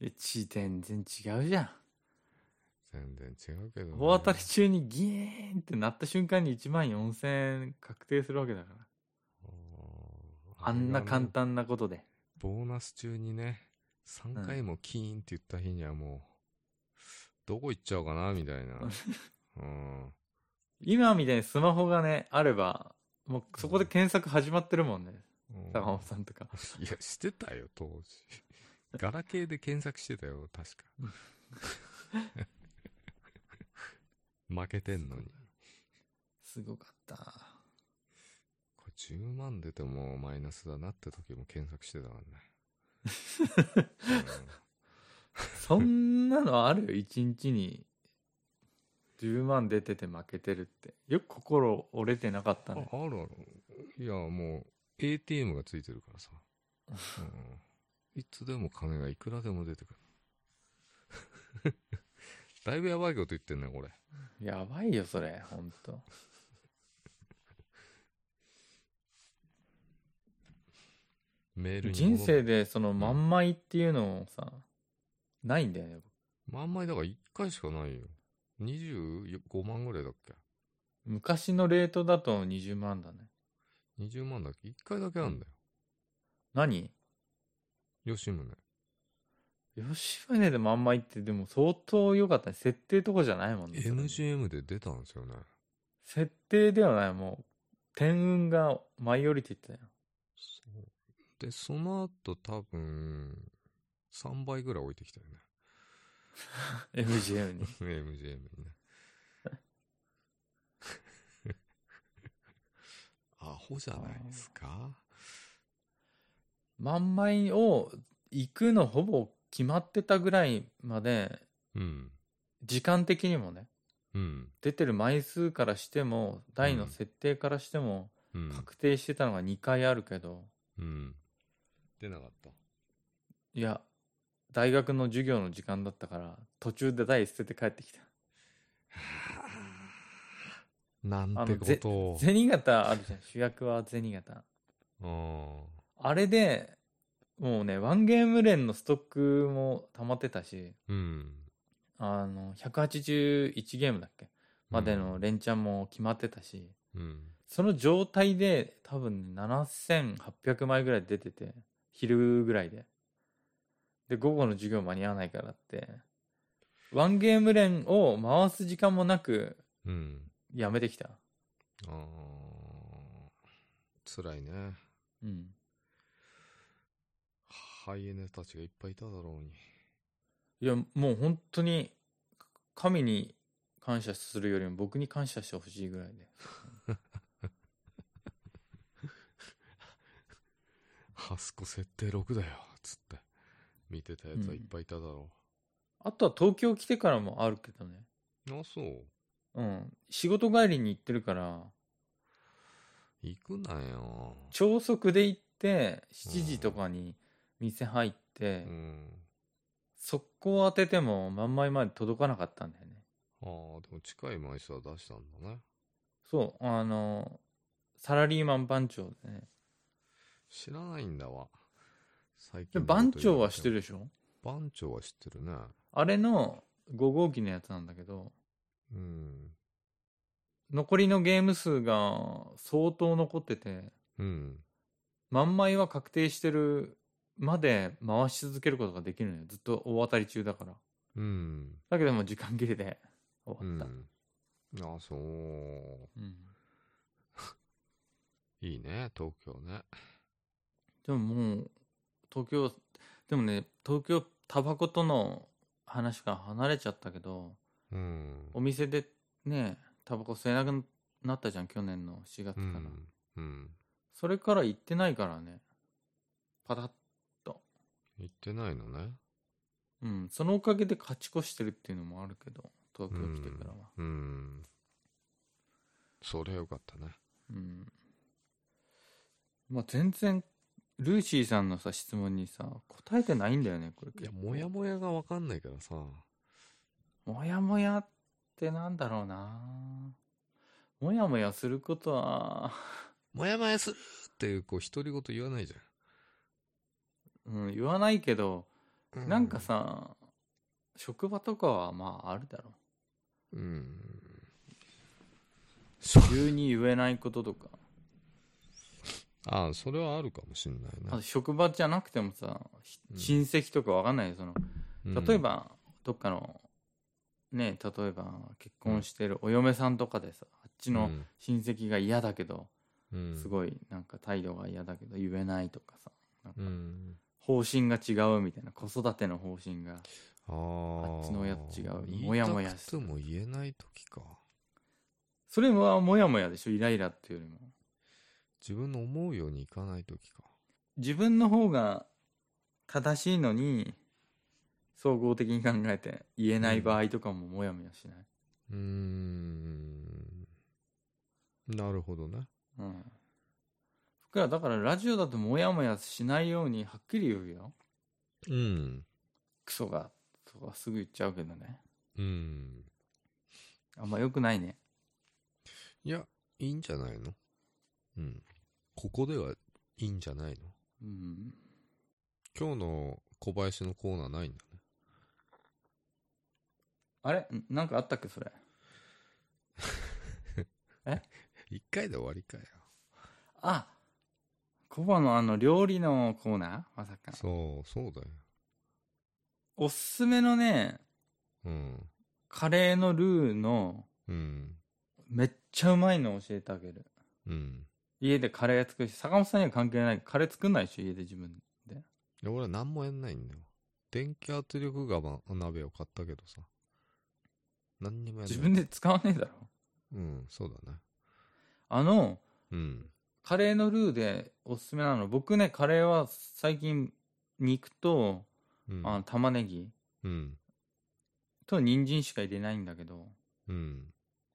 [SPEAKER 1] えち全然違うじゃん
[SPEAKER 2] 全然違うけど、ね。
[SPEAKER 1] 大当たり中にギーンってなった瞬間に1万4000円確定するわけだから
[SPEAKER 2] あー
[SPEAKER 1] あんな簡。
[SPEAKER 2] れがね
[SPEAKER 1] 単なことで
[SPEAKER 2] ボーナス中にね、3回もキーンって言った日にはもう、どこ行っちゃおうかな、みたいな。 うん。
[SPEAKER 1] 今みたいにスマホがねあればもうそこで検索始まってるもんね
[SPEAKER 2] うん
[SPEAKER 1] 坂本さんとか
[SPEAKER 2] いや、してたよ、当時。ガラケーで検索してたよ、確か。負けてんのに。
[SPEAKER 1] すごかった
[SPEAKER 2] これ10万出てもマイナスだなって時も検索してたからね。
[SPEAKER 1] そんなのあるよ、一日に。10万出てて負けてるって。よく心折れてなかった
[SPEAKER 2] うん
[SPEAKER 1] ね。
[SPEAKER 2] ああるある。いや、もう ATM がついてるからさ。うんいつでも金がいくらでも出てくる。 だいぶやばいこと言ってんね、これ。
[SPEAKER 1] やばいよ、それ、ほんと。
[SPEAKER 2] メールに戻
[SPEAKER 1] 人生
[SPEAKER 2] る。
[SPEAKER 1] でその万枚っていうのをさ、ないんだよね。
[SPEAKER 2] まああんまりだから1回しかないよ。25万ぐらいだっけ
[SPEAKER 1] 昔のレートだと20万だね。
[SPEAKER 2] 20万だっけ ?1 回だけなんだよ。
[SPEAKER 1] 何
[SPEAKER 2] 吉宗。
[SPEAKER 1] 吉宗でもあんま行って、でも相当良かったね。設定とかじゃないもんね。それね
[SPEAKER 2] MGM で出たんですよね。
[SPEAKER 1] 設定ではない、もう。天運が舞い降りていったよ。
[SPEAKER 2] そう。で、その後多分、3倍ぐらい置いてきたよね。
[SPEAKER 1] MGM に。
[SPEAKER 2] MGM に ね。アホじゃないですか
[SPEAKER 1] 万枚を行くのほぼ決まってたぐらいまで、
[SPEAKER 2] うん。
[SPEAKER 1] 時間的にもね、
[SPEAKER 2] うん。
[SPEAKER 1] 出てる枚数からしても、台
[SPEAKER 2] う
[SPEAKER 1] の
[SPEAKER 2] ん
[SPEAKER 1] 設定からしても、
[SPEAKER 2] うん。
[SPEAKER 1] 確定してたのが2回あるけど、
[SPEAKER 2] うん。出なかった。
[SPEAKER 1] いや、大学の授業の時間だったから、途中で台捨てて帰ってきた。
[SPEAKER 2] なんてことを。
[SPEAKER 1] 銭形あるじゃん、主役は銭形。あれで、もうね、ワンゲーム連のストックも溜まってたし、
[SPEAKER 2] うん。うん。
[SPEAKER 1] あの、181ゲームだっけまでの連チャンも決まってたし、
[SPEAKER 2] うん。
[SPEAKER 1] その状態で多分ね、7800枚ぐらい出てて、昼ぐらいで。で、午後の授業間に合わないからって、ワンゲーム連を回す時間もなく、
[SPEAKER 2] うん。
[SPEAKER 1] やめてきた。
[SPEAKER 2] ああ。辛いね。
[SPEAKER 1] うん。
[SPEAKER 2] ハイエネたちがいっぱいいただろうに。
[SPEAKER 1] いや、もう本当に、神に感謝するよりも僕に感謝してほしいぐらいで。
[SPEAKER 2] ハスコ設定6だよ。つって。見てたやつはいっぱいいただろ
[SPEAKER 1] あとは東京来てからもあるけどね。
[SPEAKER 2] う。あ、そう。
[SPEAKER 1] うん。仕事帰りに行ってるから、
[SPEAKER 2] 行くなよ。
[SPEAKER 1] 超速で行って、7時とかに店入って、
[SPEAKER 2] うん。
[SPEAKER 1] 速攻当てても万枚まで届かなかったんだよね。
[SPEAKER 2] ああ、でも近い枚数は出したんだね。
[SPEAKER 1] そう、あの、サラリーマン番長でね。
[SPEAKER 2] 知らないんだわ。最
[SPEAKER 1] で
[SPEAKER 2] 近のこと
[SPEAKER 1] 番長は知って
[SPEAKER 2] 言わ
[SPEAKER 1] る
[SPEAKER 2] れ
[SPEAKER 1] でしょ
[SPEAKER 2] も。番長は知ってるね。
[SPEAKER 1] あれの5号機のやつなんだけど、
[SPEAKER 2] うん。
[SPEAKER 1] 残りのゲーム数が相当残ってて、
[SPEAKER 2] うん。
[SPEAKER 1] 万枚は確定してるまで回し続けることができるのよ。ずっと大当たり中だから。
[SPEAKER 2] うん。
[SPEAKER 1] だけどもう時間切れで
[SPEAKER 2] う
[SPEAKER 1] 終わった。
[SPEAKER 2] ん。ああ、そう。
[SPEAKER 1] うん
[SPEAKER 2] いいね、東京ね。
[SPEAKER 1] でももう、東京、でもね、東京、タバコとの話から離れちゃったけど、
[SPEAKER 2] うん。
[SPEAKER 1] お店でね、タバコ吸えなくなったじゃん、去年の4月
[SPEAKER 2] う
[SPEAKER 1] から。
[SPEAKER 2] ん。うん。
[SPEAKER 1] それから行ってないからね。パタッ。
[SPEAKER 2] 行ってないのね。
[SPEAKER 1] うん。そのおかげで勝ち越してるっていうのもあるけど、東京来てからは。
[SPEAKER 2] うん。うんそれはよかったね。
[SPEAKER 1] うん。まあ、全然、ルーシーさんのさ、質問にさ、答えてないんだよね、これ。
[SPEAKER 2] いや、もやもやがわかんないからさ。
[SPEAKER 1] もやもやってなんだろうなもやもやすることは、
[SPEAKER 2] もやもやするっていう、こう、独り言言わないじ
[SPEAKER 1] うん、言わないけど、
[SPEAKER 2] ゃん。う
[SPEAKER 1] なんか、さ、職場とかはまああるだろ
[SPEAKER 2] うん。
[SPEAKER 1] う。急に言えないこととか。
[SPEAKER 2] ああ、それはあるかもしんない
[SPEAKER 1] あと
[SPEAKER 2] ね。
[SPEAKER 1] 職場じゃなくてもさ、ひ
[SPEAKER 2] うん
[SPEAKER 1] 親戚とかわかんないよ。その、
[SPEAKER 2] うん
[SPEAKER 1] 例え、ば、どっかの、ね、例えば結婚してるお嫁さんとかでさ、あっちの親戚が嫌だけど、
[SPEAKER 2] うん、
[SPEAKER 1] す
[SPEAKER 2] い。
[SPEAKER 1] ごいなんか態度が嫌だけど言えないとかさ、なんか
[SPEAKER 2] うん。
[SPEAKER 1] 方針が違うみたいな子育ての方針が
[SPEAKER 2] ああ。
[SPEAKER 1] あっちの親と違う
[SPEAKER 2] 言い
[SPEAKER 1] もやもや
[SPEAKER 2] たく
[SPEAKER 1] しててる
[SPEAKER 2] も言えない時か。
[SPEAKER 1] それはモヤモヤでしょイライラっていうよりも
[SPEAKER 2] 自分の思うようにいかない時か。
[SPEAKER 1] 自分の方が正しいのに総合的に考えて言えない場合とかもモヤモヤしない、
[SPEAKER 2] うーん。なるほどね。
[SPEAKER 1] うん、僕らだからラジオだとモヤモヤしないようにはっきり言うよ
[SPEAKER 2] うん。
[SPEAKER 1] クソがとかすぐ言っちゃうけどね
[SPEAKER 2] うん。
[SPEAKER 1] あんま良くないね
[SPEAKER 2] いや、いいんじゃないのうん。ここではいいんじゃないの
[SPEAKER 1] うん
[SPEAKER 2] 今日の小林のコーナーないんだね。
[SPEAKER 1] あれんなんかあったっけそれ
[SPEAKER 2] 一回で終わりかよ。
[SPEAKER 1] あコバのあの料理のコーナーまさか
[SPEAKER 2] そう、そうだよ。
[SPEAKER 1] おすすめのね
[SPEAKER 2] うん。
[SPEAKER 1] カレーのルーの
[SPEAKER 2] うん。
[SPEAKER 1] めっちゃうまいの教えてあげる
[SPEAKER 2] うん。
[SPEAKER 1] 家でカレー作るし坂本さんには関係ないカレー作んないでしょ家で自分で
[SPEAKER 2] いや、俺は何もやんないんだよ。電気圧力釜、鍋を買ったけどさ。何にもやんない。
[SPEAKER 1] 自分で使わねえだろ
[SPEAKER 2] うん、そうだね。
[SPEAKER 1] あの
[SPEAKER 2] うん。
[SPEAKER 1] カレーのルーでおすすめなの僕ねカレーは最近肉と
[SPEAKER 2] うん。
[SPEAKER 1] あの玉ねぎ
[SPEAKER 2] うん。
[SPEAKER 1] と人参しか入れないんだけど
[SPEAKER 2] うん。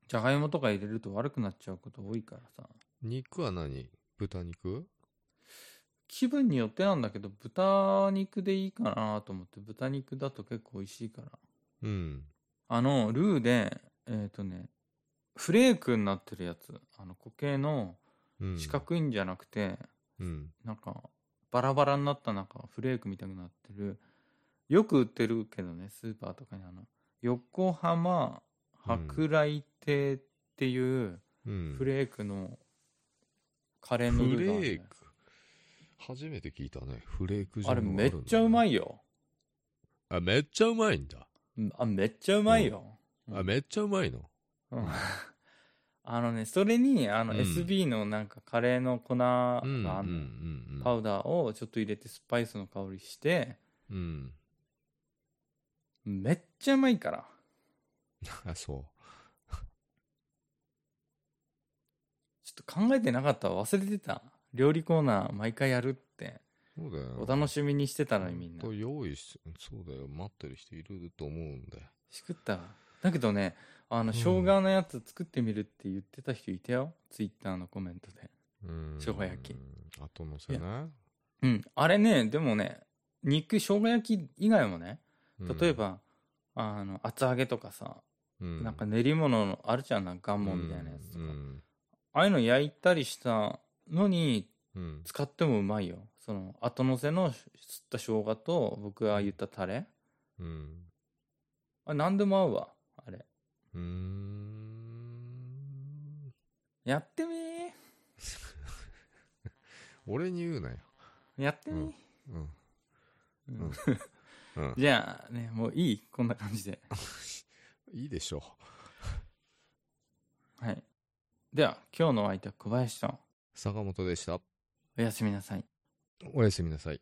[SPEAKER 1] じゃがいもとか入れると悪くなっちゃうこと多いからさ
[SPEAKER 2] 肉は何豚肉
[SPEAKER 1] 気分によってなんだけど豚肉でいいかなと思って豚肉だと結構美味しいから
[SPEAKER 2] うん。
[SPEAKER 1] あのルーでえっ、とねフレークになってるやつあの固形の
[SPEAKER 2] うん。
[SPEAKER 1] 四角いんじゃなくて、
[SPEAKER 2] うん。
[SPEAKER 1] なんかバラバラになった中フレークみたいになってるよく売ってるけどねスーパーとかにあの横浜博来亭っていう
[SPEAKER 2] うん。
[SPEAKER 1] フレークのカレーの
[SPEAKER 2] フ
[SPEAKER 1] ル
[SPEAKER 2] レ
[SPEAKER 1] ーがあるね
[SPEAKER 2] ーク。初めて聞いたね。フレーク
[SPEAKER 1] あれめっちゃうま
[SPEAKER 2] い。
[SPEAKER 1] いよ
[SPEAKER 2] あ、めっちゃうまいんだ。
[SPEAKER 1] あめっちゃうまいよ、うん
[SPEAKER 2] あ、めっちゃうまいの。
[SPEAKER 1] うん あのねそれにあの
[SPEAKER 2] うん
[SPEAKER 1] SB のなんかカレーの粉があ
[SPEAKER 2] うんん。うん。
[SPEAKER 1] の
[SPEAKER 2] うん。
[SPEAKER 1] パウダーをちょっと入れてスパイスの香りして
[SPEAKER 2] うん。
[SPEAKER 1] めっちゃうまいから
[SPEAKER 2] あ、そ
[SPEAKER 1] ちょっと考えてなかったわ忘れてた料理コーナー毎回やるって
[SPEAKER 2] う。そうだよ。
[SPEAKER 1] お楽しみにしてたのにみんな
[SPEAKER 2] と用意して、そうだよ。待ってる人いると思うんで。
[SPEAKER 1] しくったわだけどねあの
[SPEAKER 2] うん
[SPEAKER 1] 生姜のやつ作ってみるって言ってた人いたよツイッターのコメントで
[SPEAKER 2] うん。
[SPEAKER 1] 生姜焼き。
[SPEAKER 2] 後乗せね。
[SPEAKER 1] うんあれねでもね肉生姜焼き以外もね
[SPEAKER 2] うん
[SPEAKER 1] 例え、ば、あの厚揚げとかさ、
[SPEAKER 2] うん
[SPEAKER 1] なんか、練り物のあるじゃんなんかガンモンみたいなやつとか、
[SPEAKER 2] うん。
[SPEAKER 1] ああいうの焼いたりしたのに
[SPEAKER 2] うん。
[SPEAKER 1] 使ってもうまいよその後乗せのすった生姜と僕が言ったタレ
[SPEAKER 2] うん。
[SPEAKER 1] あれ何でも合うわあれ
[SPEAKER 2] うーん。
[SPEAKER 1] やってみ
[SPEAKER 2] 俺に言うなよ。
[SPEAKER 1] ーやってみー、
[SPEAKER 2] うん。
[SPEAKER 1] うん
[SPEAKER 2] うん。
[SPEAKER 1] じゃあねもういいこんな感じで
[SPEAKER 2] いいでしょう。
[SPEAKER 1] はいでは今日のお相手は小林さん
[SPEAKER 2] 坂本でした。
[SPEAKER 1] おやすみなさい
[SPEAKER 2] おやすみなさい。